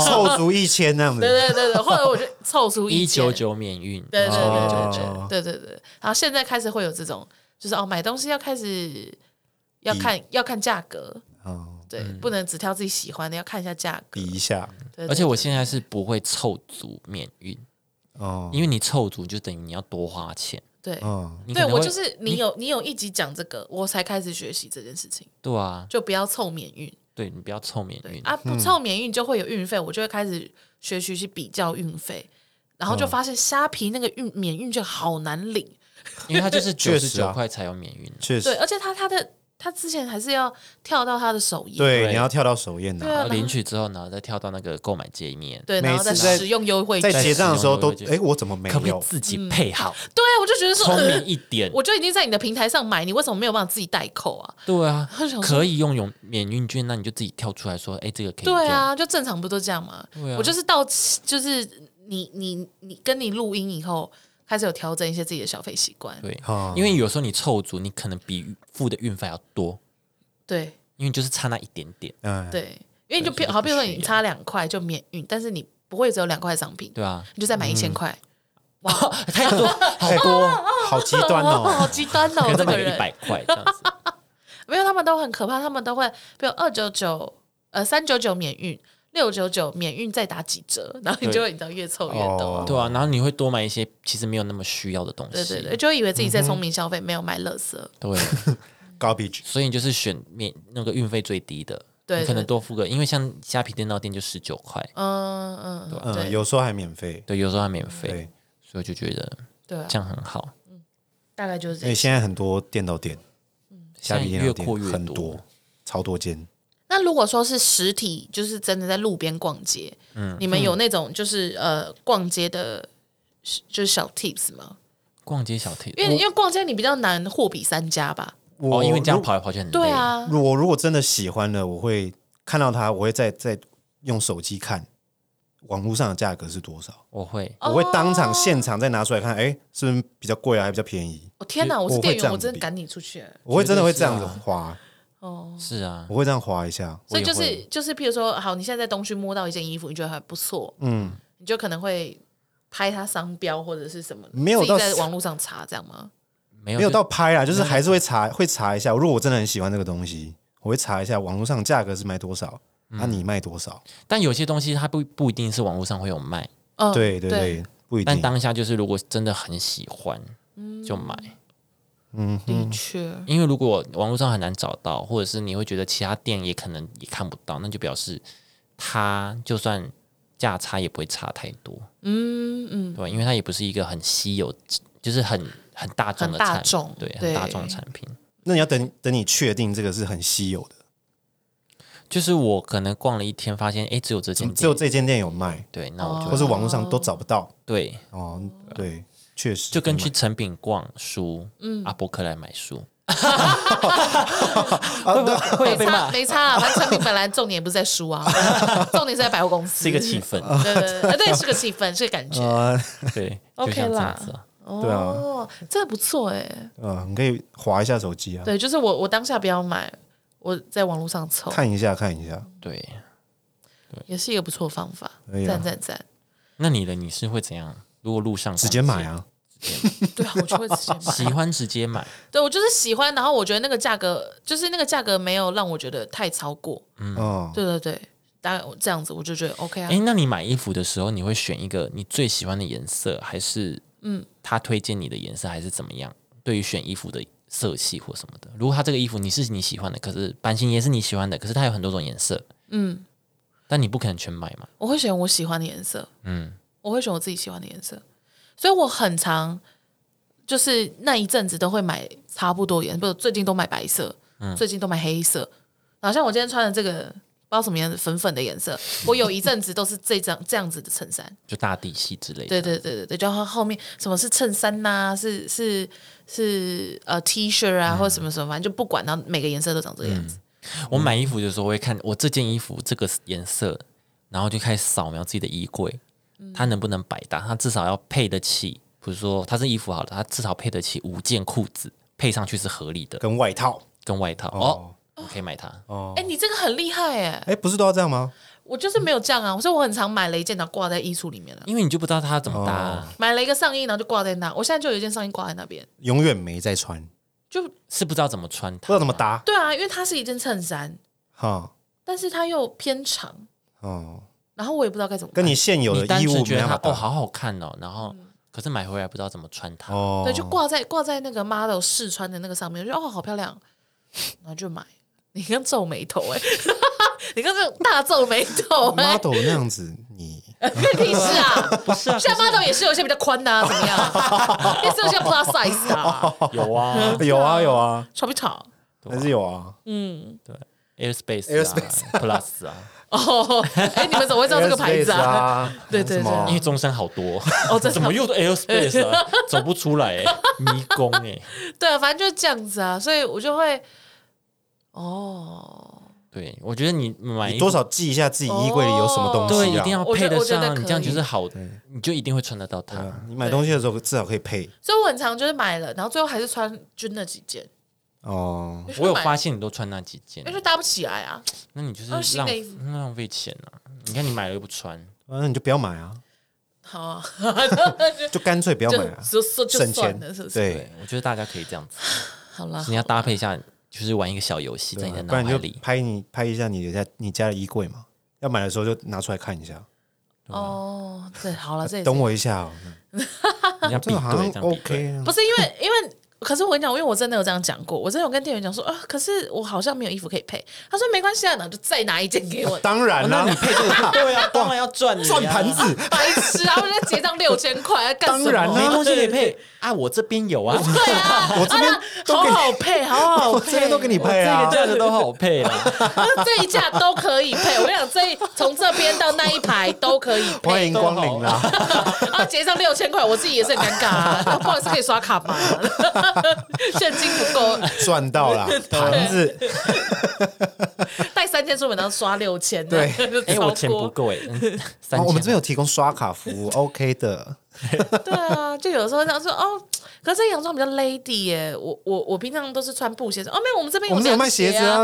[SPEAKER 1] 凑足一千那样
[SPEAKER 3] 对
[SPEAKER 1] 子。
[SPEAKER 3] 对对对，或者我就凑出
[SPEAKER 2] 一
[SPEAKER 3] 千
[SPEAKER 2] 九，九免运，
[SPEAKER 3] 对对
[SPEAKER 1] 哦
[SPEAKER 3] 对对对对对对。然后现在开始会有这种，就是哦，买东西要开始要看要看价格，
[SPEAKER 1] 哦，
[SPEAKER 3] 对，不能只挑自己喜欢的，要看一下价格
[SPEAKER 1] 比。一下
[SPEAKER 3] 对对
[SPEAKER 2] 而且我现在是不会凑足免运，
[SPEAKER 1] 哦，
[SPEAKER 2] 因为你凑足就等于你要多花钱。
[SPEAKER 3] 对
[SPEAKER 1] 嗯，
[SPEAKER 2] 你可
[SPEAKER 3] 对
[SPEAKER 2] 能
[SPEAKER 3] 我
[SPEAKER 2] 会
[SPEAKER 3] 就是你有你有一集讲这个，我才开始学习这件事情，
[SPEAKER 2] 对啊，
[SPEAKER 3] 就不要凑免运。
[SPEAKER 2] 对你不要凑免
[SPEAKER 3] 对
[SPEAKER 2] 运，
[SPEAKER 3] 啊，不凑免运就会有运费，我就会开始学习去比较运费，然后就发现虾皮那个运免运券好难领，
[SPEAKER 2] 因为它 就是九
[SPEAKER 1] 确
[SPEAKER 2] 十
[SPEAKER 1] 实啊
[SPEAKER 2] 九块才有免运。
[SPEAKER 1] 确
[SPEAKER 3] 对，呃
[SPEAKER 1] 实，
[SPEAKER 3] 而且他他的他之前还是要跳到他的首页，
[SPEAKER 1] 对，
[SPEAKER 2] 对
[SPEAKER 1] 你要跳到首页
[SPEAKER 3] 对
[SPEAKER 1] 拿。
[SPEAKER 3] 啊
[SPEAKER 2] 然后领取之后，然后再跳到那个购买界面，
[SPEAKER 3] 对，然后再
[SPEAKER 1] 每次在
[SPEAKER 3] 使用优惠券
[SPEAKER 1] 在，结账的时候都
[SPEAKER 2] 在，使用
[SPEAKER 1] 哎，我怎么没
[SPEAKER 2] 可不可以
[SPEAKER 1] 有？
[SPEAKER 2] 自己配好，
[SPEAKER 3] 对我就觉得说，
[SPEAKER 2] 聪
[SPEAKER 3] 呃
[SPEAKER 2] 明一点？
[SPEAKER 3] 嗯我就已经在你的平台上买，你为什么没有办法自己代扣啊？
[SPEAKER 2] 对啊
[SPEAKER 3] 我想说，
[SPEAKER 2] 可以用永免运券，那你就自己跳出来说，哎，这个可以用。
[SPEAKER 3] 对啊，就正常不都这样吗？
[SPEAKER 2] 对啊
[SPEAKER 3] 我就是到就是你你你跟你录音以后，开始有调整一些自己的消费习惯，
[SPEAKER 2] 对
[SPEAKER 1] 哦，
[SPEAKER 2] 因为有时候你凑足，你可能比付的运费要多，
[SPEAKER 3] 对
[SPEAKER 2] 因为就是差那一点点，
[SPEAKER 1] 嗯，
[SPEAKER 3] 对，因为你就
[SPEAKER 2] 对所
[SPEAKER 3] 譬
[SPEAKER 2] 以就
[SPEAKER 3] 好，比如说
[SPEAKER 2] 不需
[SPEAKER 3] 你
[SPEAKER 2] 要
[SPEAKER 3] 差两块就免运，但是你不会只有两块的商品，
[SPEAKER 2] 对啊，
[SPEAKER 3] 你就再买一千块，
[SPEAKER 2] 太 多，好
[SPEAKER 1] 好多，好极端
[SPEAKER 3] 哦， 好
[SPEAKER 1] 哦。
[SPEAKER 3] 极端
[SPEAKER 2] 可
[SPEAKER 3] 哦，
[SPEAKER 2] 能再
[SPEAKER 3] 这个
[SPEAKER 2] 买一
[SPEAKER 3] 人。
[SPEAKER 2] 百块这样子，
[SPEAKER 3] 没有，他们都很可怕，他们都会，比如二九九，呃，三九九免运，六九九免运再打几折，然后你就会你知道越凑越多
[SPEAKER 1] 哦，
[SPEAKER 2] 对啊，然后你会多买一些其实没有那么需要的东
[SPEAKER 3] 对
[SPEAKER 2] 西，
[SPEAKER 3] 对对，就会以为自己在聪明消费，没有买垃圾，
[SPEAKER 2] 对
[SPEAKER 1] Garbage，
[SPEAKER 2] 所以你就是选免那个运费最低的，
[SPEAKER 3] 对
[SPEAKER 2] 你可能
[SPEAKER 3] 对
[SPEAKER 2] 多付个，因为像虾皮店到店就十九块，
[SPEAKER 3] 嗯嗯，
[SPEAKER 1] 嗯，
[SPEAKER 3] 对
[SPEAKER 1] 有时候还免费。
[SPEAKER 2] 对，有时候还免费
[SPEAKER 1] 对，，
[SPEAKER 2] 所以我就觉得
[SPEAKER 3] 对啊，
[SPEAKER 2] 这样很好，
[SPEAKER 3] 大概就是这
[SPEAKER 1] 因为
[SPEAKER 3] 样。
[SPEAKER 1] 现在很多店到店，虾皮
[SPEAKER 2] 现
[SPEAKER 1] 店到
[SPEAKER 2] 在越
[SPEAKER 1] 店
[SPEAKER 2] 扩越
[SPEAKER 1] 很多，超多间。
[SPEAKER 3] 那如果说是实体，就是真的在路边逛街，
[SPEAKER 1] 嗯
[SPEAKER 3] 你们有那种就是呃逛街的，就是小 tips 吗？
[SPEAKER 2] 逛街小 T，
[SPEAKER 3] 因为因为逛街你比较难货比三家吧？
[SPEAKER 2] 哦，
[SPEAKER 1] 我
[SPEAKER 2] 因为这样跑来跑去很累，
[SPEAKER 3] 对，啊，
[SPEAKER 1] 如我如果真的喜欢了，我会看到它，我会再再用手机看网络上的价格是多少，
[SPEAKER 2] 我会，
[SPEAKER 1] 我会当
[SPEAKER 2] 哦
[SPEAKER 1] 场现场再拿出来看，哎，是不是比较贵啊，还比较便宜？
[SPEAKER 3] 我天哪，我
[SPEAKER 1] 我
[SPEAKER 3] 是
[SPEAKER 1] 会
[SPEAKER 3] 店
[SPEAKER 1] 这
[SPEAKER 3] 员，
[SPEAKER 1] 样
[SPEAKER 3] 我真的
[SPEAKER 1] 比
[SPEAKER 3] 赶你出去
[SPEAKER 1] 我会真的会这样子
[SPEAKER 2] 绝对是啊
[SPEAKER 1] 划，
[SPEAKER 3] 哦。
[SPEAKER 2] 是啊，
[SPEAKER 1] 我会这样划一下。
[SPEAKER 3] 所以就
[SPEAKER 2] 我也
[SPEAKER 3] 是
[SPEAKER 2] 会
[SPEAKER 3] 就是，譬如说，好，你现在在东区摸到一件衣服，你觉得还不错，
[SPEAKER 1] 嗯，
[SPEAKER 3] 你就可能会拍它商标或者是什么，
[SPEAKER 1] 没有
[SPEAKER 3] 自己
[SPEAKER 1] 到
[SPEAKER 3] 在网络上查这样吗？
[SPEAKER 2] 没有
[SPEAKER 1] 没有
[SPEAKER 2] 就
[SPEAKER 1] 到拍啊，就是还是会查，会查一下。如果我真的很喜欢这个东西，我会查一下网络上价格是卖多少，啊，
[SPEAKER 2] 嗯
[SPEAKER 1] 你卖多少？
[SPEAKER 2] 但有些东西它不不一定是网络上会有卖，
[SPEAKER 3] 嗯，
[SPEAKER 1] 对对对，不一
[SPEAKER 2] 哦但
[SPEAKER 1] 定。
[SPEAKER 2] 当下就是如果真的很喜欢，
[SPEAKER 3] 嗯
[SPEAKER 2] 就买。
[SPEAKER 3] 的确，
[SPEAKER 2] 因为如果网络上很难找到，或者是你会觉得其他店也可能也看不到，那就表示它就算价差也不会差太多，
[SPEAKER 3] 嗯 嗯，
[SPEAKER 2] 对吧？因为它也不是一个很稀有，就是很很大众的
[SPEAKER 3] 很大
[SPEAKER 2] 产
[SPEAKER 3] 众
[SPEAKER 2] 对，
[SPEAKER 3] 对
[SPEAKER 2] 很大众的产品。
[SPEAKER 1] 那你要等等你确定这个是很稀有的，
[SPEAKER 2] 就是我可能逛了一天，发现哎，诶只有这间店，
[SPEAKER 1] 嗯只有这间店有卖，
[SPEAKER 2] 对，那我就、
[SPEAKER 3] 哦
[SPEAKER 1] 或是网络上都找不到。
[SPEAKER 2] 对，
[SPEAKER 1] 哦，对，确实
[SPEAKER 2] 就跟去
[SPEAKER 1] 去
[SPEAKER 2] 成品逛书，
[SPEAKER 3] 嗯
[SPEAKER 2] 阿伯克来 买书，
[SPEAKER 3] 没啊差没差啊，反正成品本来重点不是在书 啊，重点是在百货公司，
[SPEAKER 2] 是一个气氛，
[SPEAKER 1] 嗯
[SPEAKER 3] 对，对对对，是个气氛，是个感觉。
[SPEAKER 1] 啊，
[SPEAKER 2] 对，就
[SPEAKER 3] OK
[SPEAKER 2] 像这
[SPEAKER 3] 啦
[SPEAKER 2] 样子啊。
[SPEAKER 1] 对啊
[SPEAKER 3] 哦，这不错哎，
[SPEAKER 1] 呃，你可以划一下手机啊，
[SPEAKER 3] 对，就是我我当下不要买，我在网络上凑，
[SPEAKER 1] 看一下看一下。
[SPEAKER 2] 对，
[SPEAKER 3] 也是一个不错的方法
[SPEAKER 1] 可
[SPEAKER 2] 哎
[SPEAKER 1] 以，啊
[SPEAKER 3] 赞赞赞。
[SPEAKER 2] 那你的你是会怎样？如果路上
[SPEAKER 1] 直接买啊！
[SPEAKER 3] 对啊，我就会直接
[SPEAKER 2] 逛
[SPEAKER 3] 买。
[SPEAKER 2] 街，喜欢直接买，
[SPEAKER 3] 对，我就是喜欢，然后我觉得那个价格，就是那个价格没有让我觉得太超过。
[SPEAKER 1] 嗯，
[SPEAKER 3] 对对对，大概这样子我就觉得 OK 啊。
[SPEAKER 2] 哎，那你买衣服的时候，你会选一个你最喜欢的颜色，还是嗯，他推荐你的颜色，还是怎么样？对于选衣服的色系或什么的。如果它这个衣服你是你喜欢的，可是版型也是你喜欢的，可是它有很多种颜色，
[SPEAKER 3] 嗯，
[SPEAKER 2] 但你不可能全买嘛。
[SPEAKER 3] 我会选我喜欢的颜色，
[SPEAKER 2] 嗯，
[SPEAKER 3] 我会选我自己喜欢的颜色，所以我很常就是那一阵子都会买差不多颜，不最近都买白色，最近都买黑色，然后像我今天穿的这个不知道什么样子粉粉的颜色，我有一阵子都是这张这样子的衬衫，
[SPEAKER 2] 就大地系之类的。
[SPEAKER 3] 对对对对对，就它后面什么是衬衫呐、是是是呃 T 恤啊，或者什么什么，反正就不管，然后每个颜色都长这个样子。
[SPEAKER 2] 我买衣服的时候我会看我这件衣服这个颜色，然后就开始扫描自己的衣柜，
[SPEAKER 3] 嗯
[SPEAKER 2] 它能不能百搭，它至少要配得起。比如说，它是衣服好了，它至少配得起五件裤子，配上去是合理的，
[SPEAKER 1] 跟外套
[SPEAKER 2] 跟外套哦，我可以买它。
[SPEAKER 1] 哦。
[SPEAKER 3] 哎、你这个很厉害哎、
[SPEAKER 1] 哎、不是都要这样吗？
[SPEAKER 3] 我就是没有这样啊，所以我很常买了一件，然后挂在衣橱里面啊了。
[SPEAKER 2] 因为你就不知道它怎么搭、
[SPEAKER 1] 哦
[SPEAKER 2] 啊，
[SPEAKER 3] 买了一个上衣，然后就挂在那。我现在就有一件上衣挂在那边，
[SPEAKER 1] 永远没在穿，不
[SPEAKER 3] 就是
[SPEAKER 2] 不知道怎么穿它，
[SPEAKER 1] 知道怎么搭。
[SPEAKER 3] 对啊，因为它是一件衬衫，
[SPEAKER 1] 哈、
[SPEAKER 3] 但是它又偏长，
[SPEAKER 1] 哦，
[SPEAKER 3] 然后我也不知道该怎么办
[SPEAKER 1] 跟你现有
[SPEAKER 2] 你
[SPEAKER 1] 的
[SPEAKER 2] 单
[SPEAKER 1] 衣物
[SPEAKER 2] 纯
[SPEAKER 1] 没
[SPEAKER 2] 觉得
[SPEAKER 1] 办
[SPEAKER 2] 它
[SPEAKER 1] 法搭
[SPEAKER 2] 哦好好看哦，然后
[SPEAKER 3] 嗯
[SPEAKER 2] 可是买回来不知道怎么穿它，
[SPEAKER 1] 哦，
[SPEAKER 3] 对，就挂在挂在那个 model 试穿的那个上面，我就哦好漂亮，然后就买。你跟皱眉头哎、 你跟这种大皱眉头哎、
[SPEAKER 1] model 那样子，你
[SPEAKER 3] 关你屁事啊！
[SPEAKER 2] 哦 不是啊，
[SPEAKER 3] 现在 model 也是有一些比较宽的、啊，怎 么样？也是有一些 plus size 的、啊，
[SPEAKER 1] 哦
[SPEAKER 2] 有啊
[SPEAKER 1] 有啊有 啊，
[SPEAKER 3] 吵不 吵？
[SPEAKER 1] 还是有啊。
[SPEAKER 2] ，Airspace 啊 Plus 啊，
[SPEAKER 3] 哦，哎，你们怎么会知道这个牌子
[SPEAKER 1] Airspace
[SPEAKER 3] 啊？
[SPEAKER 1] 啊，
[SPEAKER 3] 对对
[SPEAKER 1] 什么啊
[SPEAKER 2] 因为中山好多，
[SPEAKER 3] 哦，真
[SPEAKER 2] 怎
[SPEAKER 3] 的
[SPEAKER 2] 么
[SPEAKER 3] 吗
[SPEAKER 2] 又是 Airspace 啊， 走不出来、欸，迷宫哎、
[SPEAKER 3] 对啊，反正就是这样子啊，所以我就会，哦，
[SPEAKER 2] 对，我觉得你买
[SPEAKER 1] 你
[SPEAKER 2] 衣服
[SPEAKER 1] 多少记一下自己衣柜里有什么东
[SPEAKER 3] 哦
[SPEAKER 1] 西、啊
[SPEAKER 2] 对一定要
[SPEAKER 3] 我
[SPEAKER 2] 配
[SPEAKER 3] 觉得
[SPEAKER 2] 得
[SPEAKER 3] 我觉
[SPEAKER 2] 上
[SPEAKER 3] 得
[SPEAKER 2] 啊，
[SPEAKER 3] 可以
[SPEAKER 2] 你这样就是好，你就一定会穿得到它。
[SPEAKER 1] 对啊你买东西的时候至少可以配
[SPEAKER 3] 所以我很常就是买了，然后最后还是穿就那几件，
[SPEAKER 1] 哦。
[SPEAKER 3] 因为
[SPEAKER 2] 我有
[SPEAKER 3] 买
[SPEAKER 2] 发，现你都穿那几件
[SPEAKER 3] 因为，就搭不起来啊。
[SPEAKER 2] 那你就是
[SPEAKER 3] 那是新
[SPEAKER 2] 浪
[SPEAKER 3] 的衣服
[SPEAKER 2] 浪费钱啊！你看你买了又不穿，
[SPEAKER 1] 那你就不要买啊，
[SPEAKER 3] 好啊，
[SPEAKER 1] 就干脆不要
[SPEAKER 3] 就
[SPEAKER 1] 买啊，
[SPEAKER 3] 就就就
[SPEAKER 1] 省
[SPEAKER 3] 算
[SPEAKER 1] 钱
[SPEAKER 3] 了，是不。是？
[SPEAKER 1] 对
[SPEAKER 2] 对，我觉得大家可以这样子，
[SPEAKER 3] 好啦，
[SPEAKER 2] 你要搭配一下，就是玩一个小游戏在你的
[SPEAKER 1] 啊不
[SPEAKER 2] 脑
[SPEAKER 1] 然
[SPEAKER 2] 海
[SPEAKER 1] 就
[SPEAKER 2] 里。
[SPEAKER 1] 拍你拍一下你的家你家的衣柜嘛，要买的时候就拿出来看一下。
[SPEAKER 3] 哦，对，好了，这也是
[SPEAKER 1] 等我一下、哦，
[SPEAKER 2] 人家比
[SPEAKER 1] 这个好像
[SPEAKER 2] 对，这样比对。
[SPEAKER 1] OK 啊。。
[SPEAKER 3] 不是因为，因为可是我跟你讲，因为我真的有这样讲过，我真的有跟店员讲说啊，可是我好像没有衣服可以配。他说没关系啊，然后就再拿一件给我
[SPEAKER 1] 当然啦、你配这个
[SPEAKER 2] 对啊，当然要赚你啊
[SPEAKER 1] 转盘，子，
[SPEAKER 3] 白痴啊！我在结账六千块，在干什
[SPEAKER 1] 当
[SPEAKER 3] 么？
[SPEAKER 1] 然
[SPEAKER 2] 没
[SPEAKER 1] 啊
[SPEAKER 2] 东西可以配啊！我这边有啊，
[SPEAKER 3] 对啊，
[SPEAKER 1] 我这边 都
[SPEAKER 3] 好
[SPEAKER 1] 给
[SPEAKER 3] 好配，好好
[SPEAKER 1] 我
[SPEAKER 3] 配，
[SPEAKER 1] 这边都给你配啊
[SPEAKER 2] 这个。价格都好配啊啦。
[SPEAKER 3] 这一架都可以配。我跟你讲，这一从这边到那一排都可以
[SPEAKER 1] 欢
[SPEAKER 3] 配。
[SPEAKER 1] 迎光临啦！
[SPEAKER 3] 啊，结账六千块，我自己也是很尴尬啊。那不好意思，可以刷卡吗？ 现金不够，
[SPEAKER 1] 赚到啦，盘子
[SPEAKER 3] 带三千出门，然后刷六千，啊
[SPEAKER 1] 对
[SPEAKER 2] 哎，
[SPEAKER 3] 超
[SPEAKER 2] 我钱不
[SPEAKER 3] 过。
[SPEAKER 2] 够哎， 嗯三
[SPEAKER 1] 哦
[SPEAKER 2] 千。
[SPEAKER 1] 我们这边有提供刷卡服务，OK 的。
[SPEAKER 3] 对啊，就有时候这样说哦，可是这洋装比较 lady 耶，我我我平常都是穿布鞋子，哦没有，我们这边
[SPEAKER 1] 我们有卖
[SPEAKER 3] 鞋
[SPEAKER 1] 鞋子啊，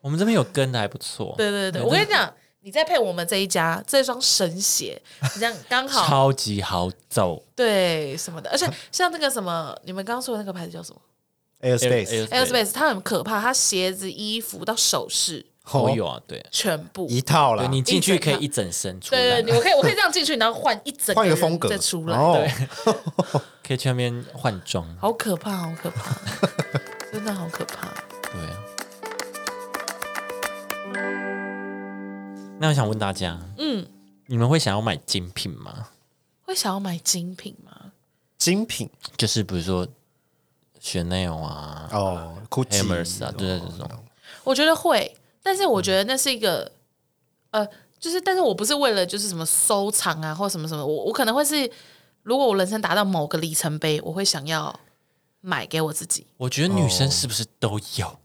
[SPEAKER 2] 我们这边有跟的还不错，
[SPEAKER 3] 对对对，
[SPEAKER 1] 嗯
[SPEAKER 3] 我跟你讲，你再配我们这一家这双神鞋，你这样刚好
[SPEAKER 2] 超级好走。
[SPEAKER 3] 对什么的，而且像那个什么，你们刚刚说的那个牌子叫什么
[SPEAKER 1] Airspace
[SPEAKER 3] ？Airspace，它很可怕，它鞋子、衣服到首饰
[SPEAKER 2] 都有啊，对，
[SPEAKER 3] 全部。
[SPEAKER 1] 哦一套啦
[SPEAKER 2] 对，你进去
[SPEAKER 3] 一整
[SPEAKER 2] 可
[SPEAKER 3] 套
[SPEAKER 2] 以一整身出来
[SPEAKER 3] 对对，，你我可以我可以这样进去，然后换一整
[SPEAKER 1] 换一个
[SPEAKER 3] 人
[SPEAKER 1] 风格
[SPEAKER 3] 再出来，
[SPEAKER 1] 哦
[SPEAKER 2] 可以去那边换装。
[SPEAKER 3] 好可怕，好可怕， 真的好可怕。
[SPEAKER 2] 对啊。那我想问大家，
[SPEAKER 3] 嗯，
[SPEAKER 2] 你们会想要买精品吗？
[SPEAKER 3] 会想要买精品吗？
[SPEAKER 1] 精品
[SPEAKER 2] 就是比如说 Chanel 啊、
[SPEAKER 1] 哦
[SPEAKER 2] h a m m e r
[SPEAKER 1] ，Gucci
[SPEAKER 2] 啊，对对对，这种
[SPEAKER 3] 我觉得会，但是我觉得那是一个，呃，就是，但是我不是为了就是什么收藏啊，或什么什么，我我可能会是，如果我人生达到某个里程碑，我会想要买给我自己。
[SPEAKER 2] 我觉得女生是不是都有？
[SPEAKER 1] 哦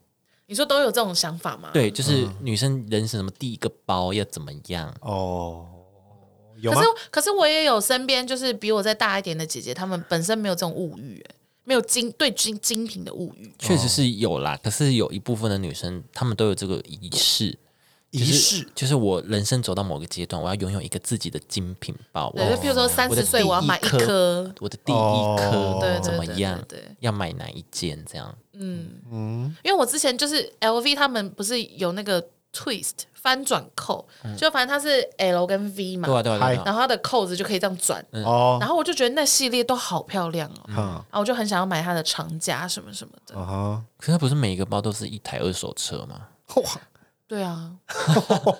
[SPEAKER 3] 你说都有这种想法吗？，
[SPEAKER 2] 对，就是女生人生什么第一个包要怎么样？
[SPEAKER 1] 嗯哦，有
[SPEAKER 3] 可
[SPEAKER 1] 吗
[SPEAKER 3] 是？可是我也有身边就是比我再大一点的姐姐，她们本身没有这种物欲、欸没有精对精精品的物欲。
[SPEAKER 2] 确实是有啦，可是有一部分的女生，她们都有这个仪式。
[SPEAKER 1] 仪
[SPEAKER 2] 就是
[SPEAKER 1] 式
[SPEAKER 2] 就是我人生走到某个阶段，我要拥有一个自己的精品包。
[SPEAKER 3] 对，就比如说三
[SPEAKER 2] 哦我
[SPEAKER 3] 十
[SPEAKER 2] 的
[SPEAKER 3] 岁
[SPEAKER 2] 第
[SPEAKER 3] 我要
[SPEAKER 2] 一
[SPEAKER 3] 买一
[SPEAKER 2] 颗
[SPEAKER 3] 颗，
[SPEAKER 2] 我的第一颗
[SPEAKER 1] 哦
[SPEAKER 3] 对对
[SPEAKER 2] 怎么
[SPEAKER 3] 对对
[SPEAKER 2] 样
[SPEAKER 3] 对对？
[SPEAKER 2] 要买哪一件？这样
[SPEAKER 3] 因为我之前就是 LV 他们不是有那个 twist 翻转扣，就反正它是 L 跟 V 嘛，
[SPEAKER 2] 嗯对啊嗯对啊对啊对
[SPEAKER 3] 然
[SPEAKER 2] 啊，
[SPEAKER 3] 后它的扣子就可以这样转，
[SPEAKER 1] 哦
[SPEAKER 3] 然后我就觉得那系列都好漂亮哦，
[SPEAKER 1] 嗯
[SPEAKER 3] 啊，我就很想要买它的长夹什么什么的。
[SPEAKER 2] 哦
[SPEAKER 1] 啊哈，
[SPEAKER 2] 可是它不是每一个包都是一台二手车吗？
[SPEAKER 1] 哇
[SPEAKER 3] 对啊，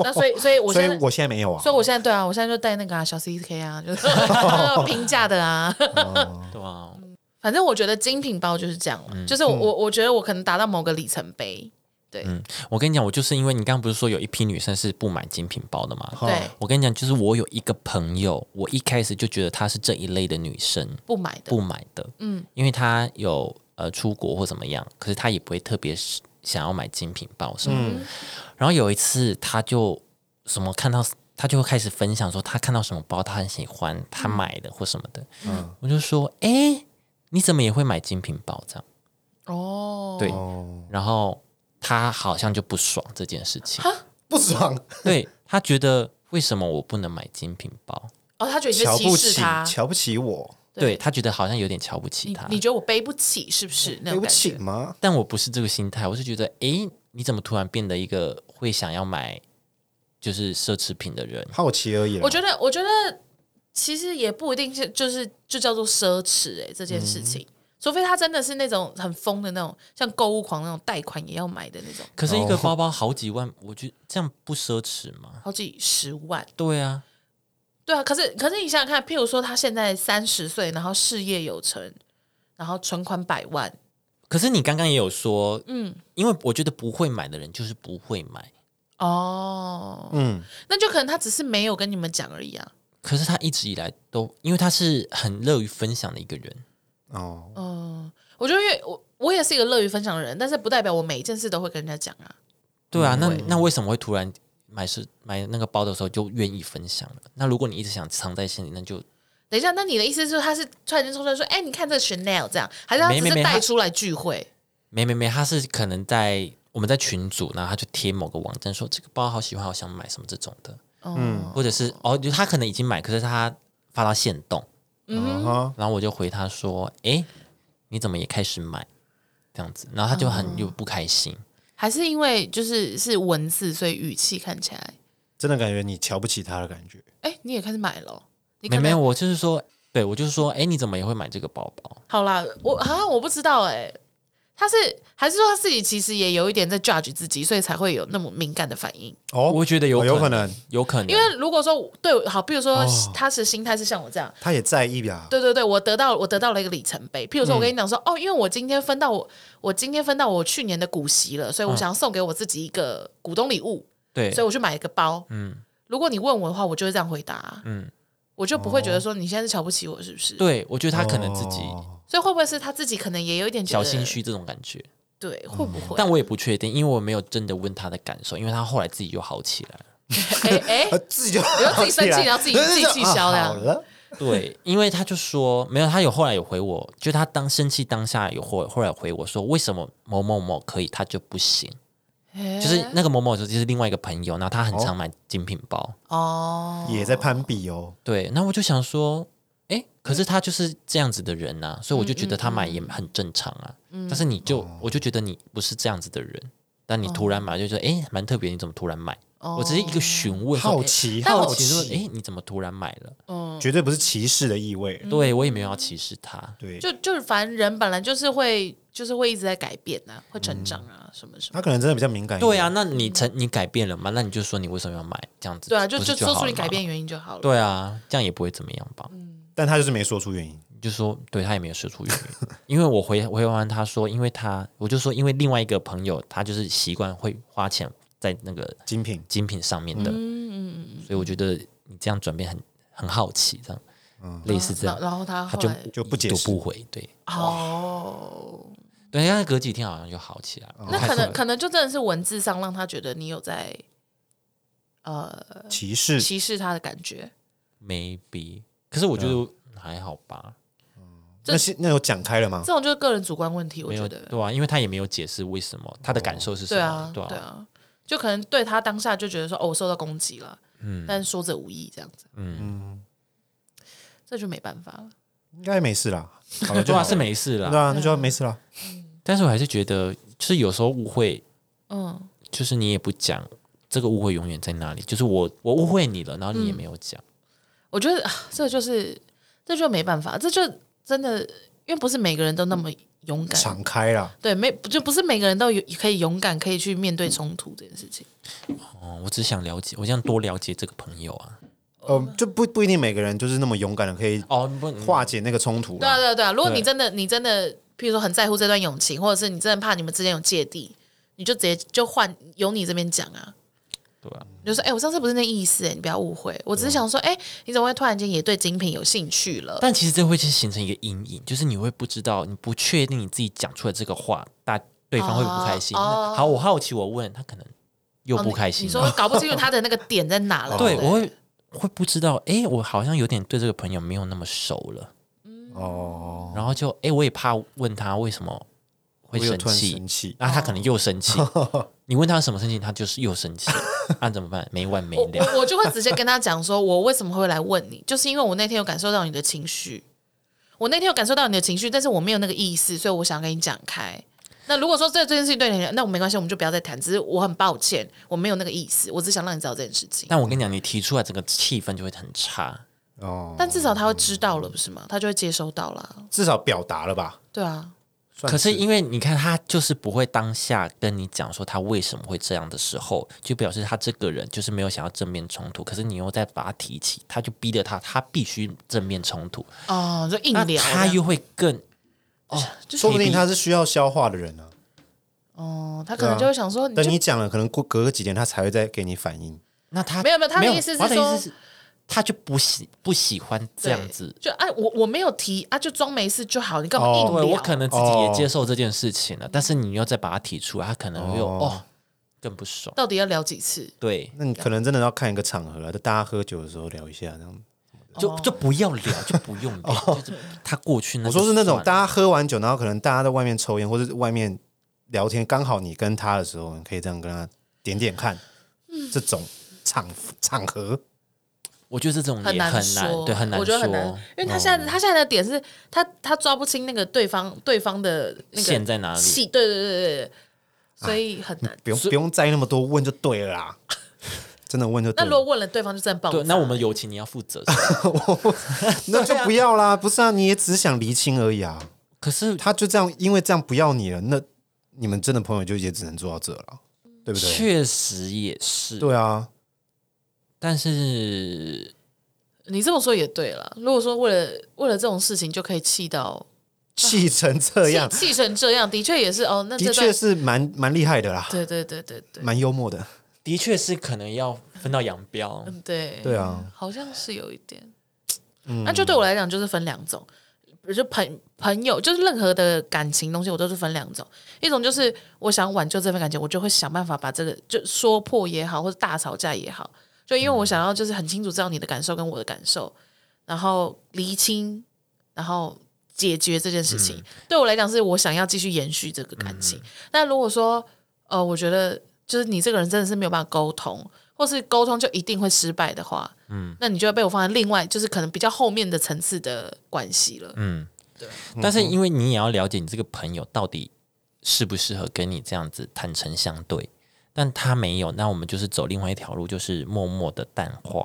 [SPEAKER 3] 那所以所以我
[SPEAKER 1] 所
[SPEAKER 3] 现
[SPEAKER 1] 以
[SPEAKER 3] 在。
[SPEAKER 1] 我现在没有啊
[SPEAKER 3] 所以，我现在对啊，我现在就带那个啊，小 CK 啊，就是 平价的啊。
[SPEAKER 1] 哦
[SPEAKER 2] 对啊，
[SPEAKER 3] 反正我觉得精品包就是这样了，
[SPEAKER 1] 嗯
[SPEAKER 3] 就是我我我觉得我可能达到某个里程碑，对、
[SPEAKER 2] 我跟你讲，我就是因为你刚刚不是说有一批女生是不买精品包的吗？
[SPEAKER 3] 对，
[SPEAKER 2] 我跟你讲，就是我有一个朋友，我一开始就觉得她是这一类的女生，
[SPEAKER 3] 不买的
[SPEAKER 2] 不买的，嗯，因为她有呃出国或怎么样，可是她也不会特别是想要买精品包什
[SPEAKER 3] 嗯
[SPEAKER 2] 么的。然后有一次，她就什么看到，她就开始分享说她看到什么包她很喜欢，她买的或什么的，
[SPEAKER 1] 嗯
[SPEAKER 2] 我就说，哎，你怎么也会买精品包这样？
[SPEAKER 3] 哦，
[SPEAKER 2] 对
[SPEAKER 1] 哦，
[SPEAKER 2] 然后她好像就不爽这件事情，
[SPEAKER 1] 不爽，
[SPEAKER 2] 对她觉得为什么我不能买精品包？
[SPEAKER 3] 哦，他觉得你是
[SPEAKER 1] 瞧
[SPEAKER 3] 歧
[SPEAKER 1] 不
[SPEAKER 3] 视
[SPEAKER 1] 起
[SPEAKER 3] 他，
[SPEAKER 1] 瞧不起我，
[SPEAKER 2] 对她觉得好像有点瞧不起
[SPEAKER 3] 你
[SPEAKER 2] 她。
[SPEAKER 3] 你觉得我背不起是不是？
[SPEAKER 1] 对
[SPEAKER 3] 那种
[SPEAKER 1] 不
[SPEAKER 3] 感
[SPEAKER 1] 起
[SPEAKER 3] 觉，
[SPEAKER 1] 吗？
[SPEAKER 2] 但我不是这个心态，我是觉得，诶，你怎么突然变得一个会想要买就是奢侈品的人？
[SPEAKER 1] 好奇而已啦。
[SPEAKER 3] 我觉得我觉得其实也不一定是就是就叫做奢侈哎、这件
[SPEAKER 1] 嗯
[SPEAKER 3] 事情。除非他真的是那种很疯的那种，像购物狂那种，贷款也要买的那种，
[SPEAKER 2] 可是一个包包好几万，我觉得这样不奢侈吗？
[SPEAKER 3] 好几十万。
[SPEAKER 2] 对啊，
[SPEAKER 3] 对啊，可是可是你想想看，譬如说他现在三十岁，然后事业有成，然后存款百万，
[SPEAKER 2] 可是你刚刚也有说，
[SPEAKER 3] 嗯，
[SPEAKER 2] 因为我觉得不会买的人就是不会买，
[SPEAKER 3] 哦，
[SPEAKER 1] 嗯，
[SPEAKER 3] 那就可能他只是没有跟你们讲而已啊。
[SPEAKER 2] 可是他一直以来都，因为他是很乐于分享的一个人，
[SPEAKER 1] 哦，
[SPEAKER 3] 嗯，我觉得因为我我也是一个乐于分享的人，但是不代表我每一件事都会跟人家讲啊。
[SPEAKER 2] 对啊，那那为什么会突然买是买那个包的时候就愿意分享了？那如果你一直想藏在心里，那就
[SPEAKER 3] 等一下，那你的意思是说他是突然间冲出来说：“哎、你看这个 Chanel 这样”，还是他
[SPEAKER 2] 没
[SPEAKER 3] 只
[SPEAKER 2] 没
[SPEAKER 3] 是
[SPEAKER 2] 没
[SPEAKER 3] 带
[SPEAKER 2] 他
[SPEAKER 3] 出来聚会？
[SPEAKER 2] 没没没，他是可能在我们在群组，然后他就贴某个网站说这个包好喜欢，好想买什么这种的，
[SPEAKER 3] 嗯
[SPEAKER 2] 或者是哦，就他可能已经买，可是他发到限动，
[SPEAKER 1] 嗯哈，
[SPEAKER 2] 然后我就回他说，诶，你怎么也开始买这样子？然后他就
[SPEAKER 3] 哦
[SPEAKER 2] 很又不开心，
[SPEAKER 3] 还是因为就是是文字，所以语气看起来，
[SPEAKER 1] 真的感觉你瞧不起他的感觉。
[SPEAKER 3] 哎、你也开始买了哦、你可
[SPEAKER 2] 没
[SPEAKER 3] 能
[SPEAKER 2] 没有，我就是说，对我就是说，诶，你怎么也会买这个包包？
[SPEAKER 3] 好啦，我啊，我不知道哎、他是还是说他自己其实也有一点在 judge 自己，所以才会有那么敏感的反应。
[SPEAKER 1] 哦，
[SPEAKER 2] 我觉得有
[SPEAKER 1] 哦有可能，
[SPEAKER 2] 有可能，
[SPEAKER 3] 因为如果说我对我好，比如说
[SPEAKER 2] 哦
[SPEAKER 3] 他是心态是像我这样，
[SPEAKER 1] 他也在意啊呀。
[SPEAKER 3] 对对对，我得到我得到了一个里程碑。譬如说，
[SPEAKER 2] 嗯
[SPEAKER 3] 我跟你讲说，哦，因为我今天分到我我今天分到我去年的股息了，所以我想要送给我自己一个股东礼物，
[SPEAKER 2] 对
[SPEAKER 3] 所以我去买一个包。
[SPEAKER 2] 嗯
[SPEAKER 3] 如果你问我的话，我就会这样回答，
[SPEAKER 2] 嗯，哦
[SPEAKER 3] 我就不会觉得说你现在是瞧不起我，是不是？，
[SPEAKER 2] 对我觉得他可能自己
[SPEAKER 1] 哦
[SPEAKER 3] 所以会不会是他自己可能也有一点觉
[SPEAKER 2] 小
[SPEAKER 3] 得
[SPEAKER 2] 心？虚这种感觉，
[SPEAKER 3] 对，会不会？
[SPEAKER 2] 但我也不确定，因为我没有真的问他的感受，因为他后来自己就好起来了。
[SPEAKER 3] 哎哎
[SPEAKER 1] 呃，自己就
[SPEAKER 3] 不要自己生
[SPEAKER 2] 啊
[SPEAKER 3] 气然后自己自己气消
[SPEAKER 1] 啊
[SPEAKER 3] 了
[SPEAKER 1] 好了，
[SPEAKER 2] 对，因为他就说没有，他有后来有回我，就他当生气当下有后后来有回我说，为什么某某某可以，他就不行？
[SPEAKER 3] 哎
[SPEAKER 2] 就是那个某某就是另外一个朋友，然后他很常买精品包。
[SPEAKER 3] 哦，
[SPEAKER 1] 也在攀比哦。
[SPEAKER 2] 对，那我就想说，哎，可是他就是这样子的人呐、所以我就觉得他买也很正常啊。但是你就
[SPEAKER 1] 哦
[SPEAKER 2] 我就觉得你不是这样子的人，但你突然买就觉得哎蛮特别，你怎么突然买？
[SPEAKER 3] 哦
[SPEAKER 2] 我只是一个询问说，
[SPEAKER 1] 好
[SPEAKER 2] 诶
[SPEAKER 1] 奇，
[SPEAKER 3] 但我
[SPEAKER 1] 好
[SPEAKER 2] 好奇说，哎
[SPEAKER 1] 奇，
[SPEAKER 2] 你怎么突然买了？
[SPEAKER 3] 嗯，
[SPEAKER 1] 绝对不是歧视的意味。
[SPEAKER 2] 对我也没有要歧视他。
[SPEAKER 1] 对，
[SPEAKER 3] 就就是反正人本来就是会就是会一直在改变啊，会成长啊，
[SPEAKER 2] 嗯
[SPEAKER 3] 什么什么。
[SPEAKER 1] 他可能真的比较敏感。
[SPEAKER 2] 对啊，，那你成你改变了吗？那你就说你为什么要买这样子？
[SPEAKER 3] 对啊，就
[SPEAKER 2] 不是
[SPEAKER 3] 就
[SPEAKER 2] 就
[SPEAKER 3] 说
[SPEAKER 2] 好
[SPEAKER 3] 出
[SPEAKER 2] 了
[SPEAKER 3] 你改
[SPEAKER 2] 吗
[SPEAKER 3] 变。嗯原因就好了。
[SPEAKER 2] 对啊，这样也不会怎么样吧？
[SPEAKER 1] 但他就是没说出原因。
[SPEAKER 2] 你就说对他也没有说出原因，因为我回回完他说，因为他我就说，因为另外一个朋友他就是习惯会花钱在那个
[SPEAKER 1] 精品
[SPEAKER 2] 精品上面
[SPEAKER 3] 嗯
[SPEAKER 2] 的，所以我觉得你这样转变很很好奇，这样、类似这
[SPEAKER 3] 然
[SPEAKER 2] 样
[SPEAKER 3] 后，然后他
[SPEAKER 2] 他
[SPEAKER 3] 后
[SPEAKER 2] 就
[SPEAKER 3] 来
[SPEAKER 1] 就不解
[SPEAKER 2] 就
[SPEAKER 1] 释
[SPEAKER 2] 不回，对
[SPEAKER 3] 哦，
[SPEAKER 2] 对，但是隔几天好像就好起来了。
[SPEAKER 3] 那
[SPEAKER 2] 我看
[SPEAKER 3] 可能
[SPEAKER 2] 出来
[SPEAKER 3] 可能就真的是文字上让他觉得你有在
[SPEAKER 1] 歧视，
[SPEAKER 3] 呃歧视他的感觉。
[SPEAKER 2] maybe，可是我觉得还好吧，
[SPEAKER 1] 那是那有讲开了吗？
[SPEAKER 3] 这种就是个人主观问题，我
[SPEAKER 2] 没
[SPEAKER 3] 觉
[SPEAKER 2] 有
[SPEAKER 3] 得。
[SPEAKER 2] 对啊，因为他也没有解释为什么他的感受是什
[SPEAKER 3] 对
[SPEAKER 2] 么，
[SPEAKER 3] 啊，对啊，就可能对他当下就觉得说，哦，我受到攻击了，但说者无意这样子，
[SPEAKER 1] 嗯，
[SPEAKER 3] 这就没办法了。
[SPEAKER 1] 应该没事啦。好 了，
[SPEAKER 2] 对
[SPEAKER 1] 就
[SPEAKER 2] 啊
[SPEAKER 1] 好
[SPEAKER 2] 是
[SPEAKER 1] 了
[SPEAKER 2] 没事啦
[SPEAKER 1] 对。啊，那
[SPEAKER 3] 嗯
[SPEAKER 1] 就没事啦。
[SPEAKER 2] 但是我还是觉得，就是有时候误会，
[SPEAKER 3] 嗯，
[SPEAKER 2] 就是你也不讲，这个误会永远在那里，就是我我误会你了，然后
[SPEAKER 3] 嗯
[SPEAKER 2] 你也没有讲。
[SPEAKER 3] 我觉得啊这就是这就没办法，这就真的，因为不是每个人都那么勇敢，
[SPEAKER 1] 敞开啦，
[SPEAKER 3] 对，没就不是每个人都有可以勇敢可以去面对冲突这件事情。
[SPEAKER 2] 哦，我只想了解，我想多了解这个朋友啊。
[SPEAKER 3] 哦
[SPEAKER 1] 呃，就不不一定每个人就是那么勇敢的可以
[SPEAKER 2] 哦，不，
[SPEAKER 1] 化解那个冲突
[SPEAKER 3] 对啊，
[SPEAKER 1] 啦。
[SPEAKER 3] 对啊，对啊。如果你
[SPEAKER 2] 对
[SPEAKER 3] 真的，你真的，譬如说很在乎这段友情，或者是你真的怕你们之间有芥蒂，你就直接就换由你这边讲啊。
[SPEAKER 2] 对啊，
[SPEAKER 3] 你就说，哎、我上次不是那意思、哎，你不要误会，我只是想说，哎、你怎么会突然间也对精品有兴趣了？
[SPEAKER 2] 嗯但其实这会是形成一个阴影，就是你会不知道，你不确定你自己讲出来这个话，大对方会不开心。
[SPEAKER 3] 哦
[SPEAKER 2] 那好，我好奇，我问他，可能又
[SPEAKER 3] 哦
[SPEAKER 2] 不
[SPEAKER 3] 你
[SPEAKER 2] 开心
[SPEAKER 3] 你
[SPEAKER 2] 了。
[SPEAKER 3] 说搞不清楚他的那个点在哪
[SPEAKER 1] 哦
[SPEAKER 3] 了。
[SPEAKER 2] 对，
[SPEAKER 3] 不
[SPEAKER 2] 我会会不知道，诶，我好像有点对这个朋友没有那么熟了，
[SPEAKER 1] 哦，
[SPEAKER 2] 然后就诶，我也怕问他为什么会
[SPEAKER 1] 我又
[SPEAKER 2] 生
[SPEAKER 1] 突然
[SPEAKER 2] 气
[SPEAKER 1] 生，气，
[SPEAKER 2] 那他可能又生 气。你问他什么生气，他就是又生气， 那怎么办？没完没
[SPEAKER 3] 我
[SPEAKER 2] 了。
[SPEAKER 3] 我我就会直接跟他讲说，我为什么会来问你，就是因为我那天有感受到你的情绪，我那天有感受到你的情绪，但是我没有那个意思，所以我想跟你讲开。那如果说这这件事情对你来，那我没关系，我们就不要再谈。只是我很抱歉，我没有那个意思，我只想让你知道这件事情。
[SPEAKER 2] 但我跟你讲，你提出来，整个气氛就会很差。
[SPEAKER 1] 哦，
[SPEAKER 3] 但至少他会知道了，不是吗？他就会接收到啦。
[SPEAKER 1] 至少表达了吧？
[SPEAKER 3] 对啊，
[SPEAKER 1] 算
[SPEAKER 2] 可是因为你看，他就是不会当下跟你讲说他为什么会这样的时候，就表示他这个人就是没有想要正面冲突。可是你又再把他提起，他就逼得他，他必须正面冲突。
[SPEAKER 3] 哦，就硬
[SPEAKER 2] 那
[SPEAKER 3] 聊。
[SPEAKER 2] 他又会更
[SPEAKER 1] 说不定他是需要消化的人啊。
[SPEAKER 3] 哦，他
[SPEAKER 2] 啊
[SPEAKER 3] 可能就会想说，你就
[SPEAKER 1] 等你讲了，可能过隔个几天他才会再给你反应。
[SPEAKER 2] 那他
[SPEAKER 3] 没有没有他的
[SPEAKER 2] 没有
[SPEAKER 3] 意思是
[SPEAKER 2] 我的
[SPEAKER 3] 说
[SPEAKER 2] 是他就不喜不喜欢这样子。
[SPEAKER 3] 对就哎，我我没有提啊，就装没事就好，你干嘛
[SPEAKER 1] 哦
[SPEAKER 3] 硬
[SPEAKER 2] 对
[SPEAKER 3] 聊？
[SPEAKER 2] 我可能自己也
[SPEAKER 1] 哦
[SPEAKER 2] 接受这件事情了，但是你又再把他提出来，他可能又哦
[SPEAKER 1] 哦
[SPEAKER 2] 更不爽。
[SPEAKER 3] 到底要聊几次？
[SPEAKER 2] 对，
[SPEAKER 1] 那你
[SPEAKER 3] 啊
[SPEAKER 1] 可能真的要看一个场合啊，就大家喝酒的时候聊一下这样。
[SPEAKER 2] 就就不要 聊，就不用聊，就是他过去那
[SPEAKER 1] 哦我
[SPEAKER 2] 就
[SPEAKER 1] 说是那种
[SPEAKER 2] 算
[SPEAKER 1] 大家喝完酒，然后可能大家在外面抽烟或者外面聊天，刚好你跟他的时候，你可以这样跟他点点看，这种场场合
[SPEAKER 2] 我觉得这种
[SPEAKER 3] 很
[SPEAKER 2] 也
[SPEAKER 3] 难
[SPEAKER 2] 很难，
[SPEAKER 3] 说，
[SPEAKER 2] 对，很难哦
[SPEAKER 3] 我觉得很难，因为他现在、他现在的点是他他抓不清那个对方对方的那
[SPEAKER 2] 线
[SPEAKER 3] 个
[SPEAKER 2] 在哪里？
[SPEAKER 3] 气，对对对对对，所以很难。
[SPEAKER 1] 不用不用在意那么多，问就对了 啦。真的问就对
[SPEAKER 3] 那如果
[SPEAKER 1] 了，
[SPEAKER 3] 问了对方就真的爆炸，
[SPEAKER 2] 对，那我们友情你要负责。是 吧
[SPEAKER 1] 那就不要啦。不是啊，你也只想厘清而已啊。
[SPEAKER 2] 可是
[SPEAKER 1] 他就这样，因为这样不要你了，那你们真的朋友就也只能做到这了，对不对？
[SPEAKER 2] 确实也是，
[SPEAKER 1] 对啊，
[SPEAKER 2] 但是
[SPEAKER 3] 你这么说也对了。如果说为了为了这种事情就可以气到
[SPEAKER 1] 气成这样，
[SPEAKER 3] 气气成这样，的确也是哦。那
[SPEAKER 1] 的
[SPEAKER 3] 这
[SPEAKER 1] 确
[SPEAKER 3] 段
[SPEAKER 1] 是蛮蛮厉害的啦，
[SPEAKER 3] 对对对对对
[SPEAKER 1] 蛮幽默的。
[SPEAKER 2] 的确是可能要分道扬镳。
[SPEAKER 3] 嗯对
[SPEAKER 1] 对啊，嗯
[SPEAKER 3] 好像是有一点。那就对我来讲，就是分两种，就朋朋友，就是任何的感情东西，我都是分两种。一种就是我想挽救这份感情，我就会想办法把这个就说破也好，或者大吵架也好，就因为
[SPEAKER 1] 嗯
[SPEAKER 3] 我想要就是很清楚知道你的感受跟我的感受，然后厘清，然后解决这件
[SPEAKER 1] 嗯
[SPEAKER 3] 事情。对我来讲，是我想要继续延续这个感情。但如果说呃，我觉得就是你这个人真的是没有办法沟通，或是沟通就一定会失败的话，嗯，那你就会被我放在另外就是可能比较后面的层次的关系了。
[SPEAKER 2] 嗯，但是因为你也要了解你这个朋友到底适不适合跟你这样子坦诚相对，但他没有，那我们就是走另外一条路，就是默默的淡化，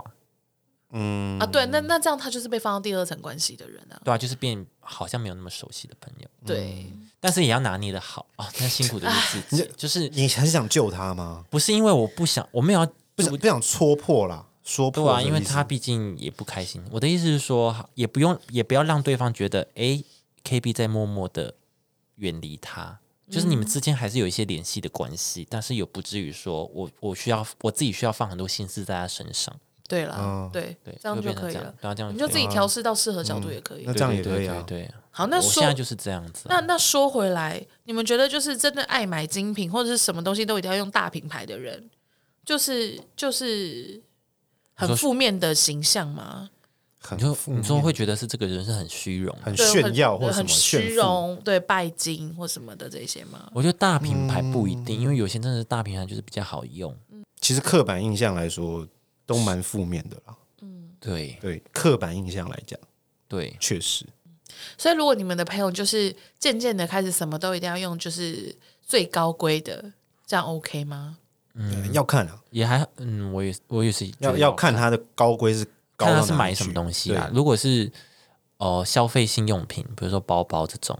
[SPEAKER 1] 嗯，
[SPEAKER 3] 啊，对，那那这样他就是被放到第二层关系的人啊。
[SPEAKER 2] 对啊，就是变好像没有那么熟悉的朋友，
[SPEAKER 1] 嗯
[SPEAKER 3] 对，
[SPEAKER 2] 但是也要拿捏的好啊、那辛苦的是自己，就是
[SPEAKER 1] 你还是想救他吗？
[SPEAKER 2] 不是因为我不想，我没有要
[SPEAKER 1] 不想不想戳破啦，说
[SPEAKER 2] 对
[SPEAKER 1] 破
[SPEAKER 2] 啊，
[SPEAKER 1] 的
[SPEAKER 2] 因为
[SPEAKER 1] 意思
[SPEAKER 2] 他毕竟也不开心。我的意思是说，也不用，也不要让对方觉得，诶 k b 在默默的远离他，就是你们之间还是有一些联系的关系，但是也不至于说我我需要我自己需要放很多心思在他身上，
[SPEAKER 3] 对啦，
[SPEAKER 1] 嗯
[SPEAKER 3] 对
[SPEAKER 2] 对，，
[SPEAKER 3] 这样
[SPEAKER 2] 会
[SPEAKER 3] 就
[SPEAKER 2] 变成
[SPEAKER 3] 可以
[SPEAKER 2] 这样
[SPEAKER 3] 了。
[SPEAKER 2] 对啊，这样
[SPEAKER 3] 你
[SPEAKER 2] 就
[SPEAKER 3] 就
[SPEAKER 2] 可以
[SPEAKER 3] 自己调试到适合角度也可以
[SPEAKER 1] 嗯那。
[SPEAKER 2] 对
[SPEAKER 1] 这样
[SPEAKER 2] 对
[SPEAKER 1] 也
[SPEAKER 2] 对
[SPEAKER 1] 可以
[SPEAKER 2] 对
[SPEAKER 1] 啊。
[SPEAKER 2] 对，
[SPEAKER 3] 好，那
[SPEAKER 2] 我
[SPEAKER 3] 说
[SPEAKER 2] 现在就是这样子啊、
[SPEAKER 3] 那那说回来，你们觉得就是真的爱买精品或者是什么东西都一定要用大品牌的人，就是就是很
[SPEAKER 2] 说
[SPEAKER 3] 负面的形象吗？
[SPEAKER 1] 很
[SPEAKER 2] 你就
[SPEAKER 1] 负
[SPEAKER 2] 你说
[SPEAKER 1] 面
[SPEAKER 2] 会觉得是这个人是很虚荣啊的，
[SPEAKER 1] 很
[SPEAKER 3] 对
[SPEAKER 1] 炫耀
[SPEAKER 3] 很
[SPEAKER 1] 或
[SPEAKER 3] 对
[SPEAKER 1] 什么
[SPEAKER 3] 很虚
[SPEAKER 1] 炫富，
[SPEAKER 3] 荣，对拜金或什么的这些吗？
[SPEAKER 2] 我觉得大品牌不一
[SPEAKER 1] 嗯
[SPEAKER 2] 定，因为有些真的是大品牌就是比较好用，
[SPEAKER 3] 嗯
[SPEAKER 1] 其实刻板印象来说都蛮负面的啦。
[SPEAKER 2] 对
[SPEAKER 1] 对，刻板印象来讲，
[SPEAKER 2] 对，
[SPEAKER 1] 确实
[SPEAKER 3] 所以如果你们的朋友就是渐渐的开始什么都一定要用，就是最高规的，这样 OK 吗？
[SPEAKER 1] 嗯，要看啊，
[SPEAKER 2] 也还嗯，我也我也是觉
[SPEAKER 1] 要
[SPEAKER 2] 得
[SPEAKER 1] 要看它的高规是高
[SPEAKER 2] 看
[SPEAKER 1] 到
[SPEAKER 2] 他
[SPEAKER 1] 哪
[SPEAKER 2] 是
[SPEAKER 1] 里
[SPEAKER 2] 买
[SPEAKER 1] 去
[SPEAKER 2] 什么东西啦。啊
[SPEAKER 1] 对
[SPEAKER 2] 如果是呃消费性用品，比如说包包这种，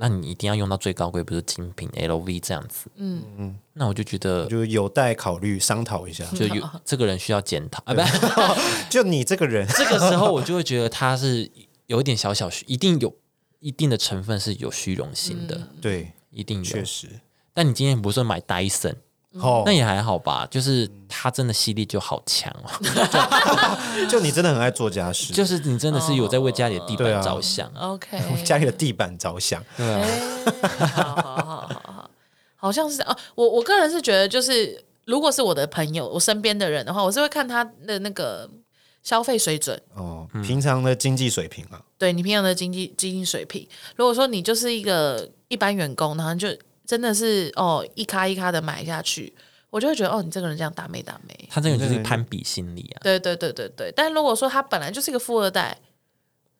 [SPEAKER 2] 那你一定要用到最高贵，比如精品 LV 这样子。
[SPEAKER 3] 嗯
[SPEAKER 2] 那我就觉得
[SPEAKER 1] 就有待考虑商讨一下。
[SPEAKER 3] 嗯
[SPEAKER 2] 就有这个人需要检 讨啊，不，
[SPEAKER 1] 就你这个人，
[SPEAKER 2] 这个时候我就会觉得他是有一点小小虚，一定有一定的成分是有虚荣心的，
[SPEAKER 1] 对，
[SPEAKER 2] 一定有
[SPEAKER 1] 确。实，
[SPEAKER 2] 但你今天不是买 Dyson，
[SPEAKER 3] 嗯
[SPEAKER 1] 哦
[SPEAKER 2] 那，也还好吧，就是它真的吸力就好强哦。
[SPEAKER 1] 嗯就你真的很爱做家事，
[SPEAKER 2] 就是你真的是有在为家里的地
[SPEAKER 1] 对
[SPEAKER 2] 板
[SPEAKER 1] 啊
[SPEAKER 2] 着想，
[SPEAKER 3] ，OK，
[SPEAKER 1] 家里的地板着想，
[SPEAKER 2] 对啊，
[SPEAKER 3] 哎好好好好好，好像是哦、我我个人是觉得，就是如果是我的朋友，我身边的人的话，我是会看他的那个消费水准，
[SPEAKER 1] 哦，
[SPEAKER 2] 嗯
[SPEAKER 1] 平常的经济水平啊，
[SPEAKER 3] 对你平常的经济经济水平。如果说你就是一个一般员工，然后你就真的是哦一咖一咖的买下去，我就会觉得哦你这个人这样打妹打妹。
[SPEAKER 2] 他这个人就是攀比心理啊。
[SPEAKER 3] 对对对对对，但如果说他本来就是一个富二代，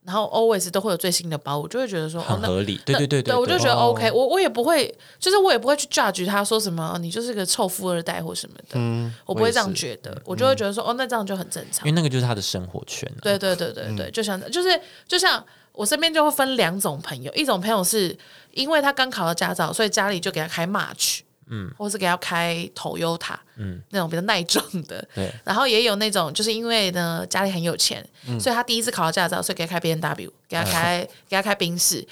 [SPEAKER 3] 然后 always 都会有最新的包，我就会觉得说哦
[SPEAKER 2] 很
[SPEAKER 3] 那
[SPEAKER 2] 合理，对
[SPEAKER 3] 那
[SPEAKER 2] 对对哦
[SPEAKER 3] 对，我就觉得 OK，、我我也不会，就是我也不会去 judge 他说什么，哦你就是个臭富二代或什么的，我不
[SPEAKER 2] 嗯我
[SPEAKER 3] 会
[SPEAKER 2] 也
[SPEAKER 3] 这样
[SPEAKER 2] 是嗯
[SPEAKER 3] 觉得，我就会觉得说，哦，那这样就很正
[SPEAKER 2] 因
[SPEAKER 3] 常
[SPEAKER 2] 为。那个就是他的生活圈、啊，
[SPEAKER 3] 对对对对对，就像就是就像我身边就会分两种朋友，一种朋友是因为他刚考到驾照，所以家里就给他开 March，嗯，或是给他开 Toyota，嗯，那种比较耐撞的，
[SPEAKER 2] 对。
[SPEAKER 3] 然后也有那种就是因为呢家里很有钱，所以他第一次考到驾照，所以给他开 B N W，给他开、给他开宾士，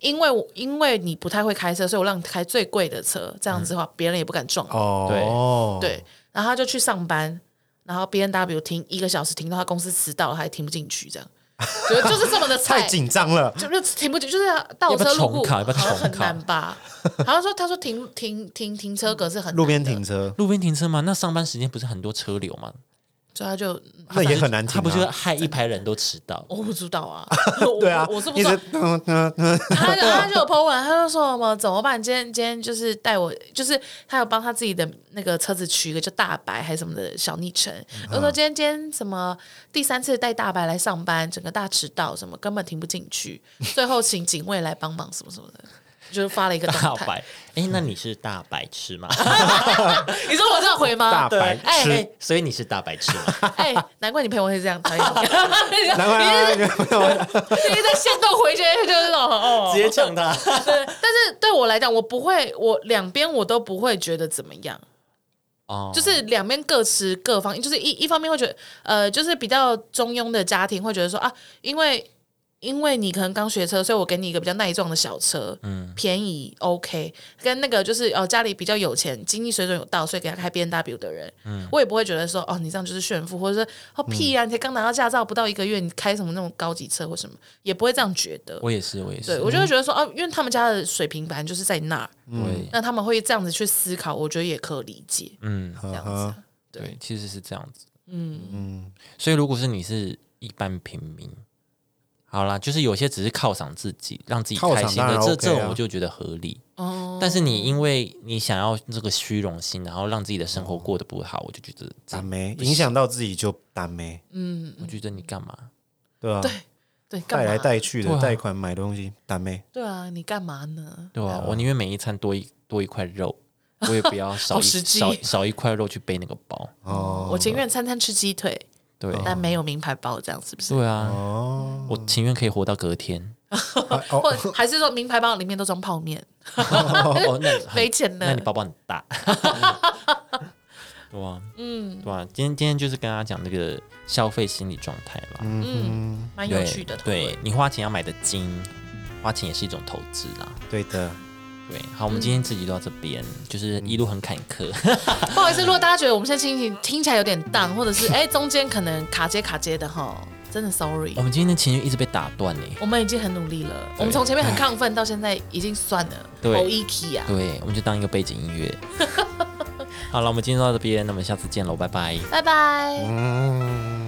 [SPEAKER 3] 因为我因为你不太会开车，所以我让你开最贵的车，这样子的话、别人也不敢撞你。
[SPEAKER 1] 哦，
[SPEAKER 3] 对，然后他就去上班，然后 B N W 停一个小时，停到他公司迟到了，还停不进去，这样，就就是这么的菜
[SPEAKER 1] 太，紧张了，
[SPEAKER 3] 就就停不进，就是倒
[SPEAKER 2] 要不
[SPEAKER 3] 车
[SPEAKER 2] 要
[SPEAKER 3] 入
[SPEAKER 2] 重
[SPEAKER 3] 库
[SPEAKER 2] 考要不要
[SPEAKER 3] 好像很
[SPEAKER 2] 重考
[SPEAKER 3] 难吧？好像说他说停停停停车格是很
[SPEAKER 1] 路边
[SPEAKER 3] 难的
[SPEAKER 1] 停，车
[SPEAKER 2] 路边停车嘛，那上班时间不是很多车流嘛，
[SPEAKER 3] 所以他就嗯
[SPEAKER 1] 那也很难停
[SPEAKER 2] 他
[SPEAKER 1] 啊，
[SPEAKER 2] 不就是害一排人都迟到？
[SPEAKER 3] 我不知道 啊，我
[SPEAKER 1] 对啊，
[SPEAKER 3] 我我是不
[SPEAKER 1] 一
[SPEAKER 3] 知道
[SPEAKER 1] 直，嗯嗯嗯，
[SPEAKER 3] 他就他就有 po 文，他就说什么怎么办？今天今天就是带我，就是他有帮他自己的那个车子取一个叫大白还是什么的小昵称。
[SPEAKER 1] 嗯
[SPEAKER 3] 他说今天今天什么第三次带大白来上班，整个大迟到，什么根本停不进去，最后请警卫来帮忙什么什么的，就是发了一个
[SPEAKER 2] 大
[SPEAKER 3] 动态。
[SPEAKER 2] 白，哎，
[SPEAKER 3] 嗯
[SPEAKER 2] 那你是大白痴 吗？
[SPEAKER 3] 你说我这样回吗
[SPEAKER 1] 大？白
[SPEAKER 2] 哎，
[SPEAKER 1] 痴，
[SPEAKER 2] 哎所以你是大白痴吗？
[SPEAKER 3] 哎，难怪你朋友会这样讨厌 你，
[SPEAKER 1] 难怪啊你没有
[SPEAKER 3] 你在线动回绝就是那种哦，
[SPEAKER 2] 直接呛他，
[SPEAKER 3] 对。但是对我来讲，我不会，我两边我都不会觉得怎么样。
[SPEAKER 2] 哦，
[SPEAKER 3] 就是两边各持各方，就是一一方面会觉得，呃，就是比较中庸的家庭会觉得说啊，因为因为你可能刚学车，所以我给你一个比较耐撞的小车，嗯，便宜 OK，跟那个就是哦家里比较有钱，经济水准有到，所以给他开 B N W 的人，嗯，我也不会觉得说哦你这样就是炫富，或者是哦屁啊，你才刚拿到驾照不到一个月，你开什么那种高级车或什么，也不会这样觉得。
[SPEAKER 2] 我也嗯是，我也
[SPEAKER 3] 对，
[SPEAKER 2] 是，
[SPEAKER 3] 我就会觉得说，哦、因为他们家的水平本来就是在那儿，
[SPEAKER 1] 嗯
[SPEAKER 2] 对
[SPEAKER 3] 那他们会这样子去思考，我觉得也可理解，
[SPEAKER 2] 嗯，
[SPEAKER 3] 这样子
[SPEAKER 1] 嗯
[SPEAKER 3] 啊
[SPEAKER 1] 哼。
[SPEAKER 2] 对，其实是这样子，嗯嗯，所以如果是你是一般平民。好啦，就是有些只是犒赏自己，让自己
[SPEAKER 1] 犒赏
[SPEAKER 2] 开心
[SPEAKER 1] 当
[SPEAKER 2] 的，
[SPEAKER 1] 然
[SPEAKER 2] 这
[SPEAKER 1] OK
[SPEAKER 2] 这
[SPEAKER 1] 啊
[SPEAKER 2] 种我就觉得合理。
[SPEAKER 3] 哦，
[SPEAKER 2] 但是你因为你想要这个虚荣心，然后让自己的生活过得不好，我就觉得这
[SPEAKER 1] 打
[SPEAKER 2] 样，
[SPEAKER 1] 没影响到自己就打没，
[SPEAKER 2] 我觉得你干嘛？
[SPEAKER 1] 对吧？
[SPEAKER 3] 嗯对，干
[SPEAKER 1] 带
[SPEAKER 3] 嘛
[SPEAKER 1] 来带去
[SPEAKER 2] 对
[SPEAKER 1] 的
[SPEAKER 2] 啊
[SPEAKER 1] 贷款买东西打 没，
[SPEAKER 3] 对啊，你干嘛呢？
[SPEAKER 2] 对啊吧、我宁愿每一餐多一多一块肉，我也不要 少一
[SPEAKER 3] 实际
[SPEAKER 2] 少少一块肉去背那个包。
[SPEAKER 3] 哦，我情愿餐餐吃鸡腿，
[SPEAKER 2] 对、
[SPEAKER 3] 但没有名牌包，这样是不是？
[SPEAKER 2] 对啊，我情愿可以活到隔天。
[SPEAKER 1] 啊
[SPEAKER 3] 或
[SPEAKER 1] 哦，
[SPEAKER 3] 者还是说名牌包里面都装泡面？
[SPEAKER 2] 哦，那你很
[SPEAKER 3] 没钱了
[SPEAKER 2] 那你包包很大。 对啊，嗯，对啊，今天今天就是跟大家讲这个消费心理状态啦。
[SPEAKER 3] 嗯，蛮有
[SPEAKER 2] 对
[SPEAKER 3] 趣的。
[SPEAKER 2] 对，你花钱要买的精，花钱也是一种投资啦。
[SPEAKER 1] 对的，
[SPEAKER 2] 对，好，我们今天自己就到这边，就是一路很坎坷，
[SPEAKER 3] 不好意思，如果大家觉得我们现在心情听起来有点荡，或者是哎中间可能卡接卡接的哈，真的 sorry
[SPEAKER 2] 我。们今天的情绪一直被打断呢。
[SPEAKER 3] 我们已经很努力了，我们从前面很亢奋到现在已经算了，
[SPEAKER 2] 对
[SPEAKER 3] 偶一 k 啊，
[SPEAKER 2] 对，我们就当一个背景音乐。好了，我们今天就到这边，那我们下次见喽，拜拜。
[SPEAKER 3] 拜拜。
[SPEAKER 1] 嗯。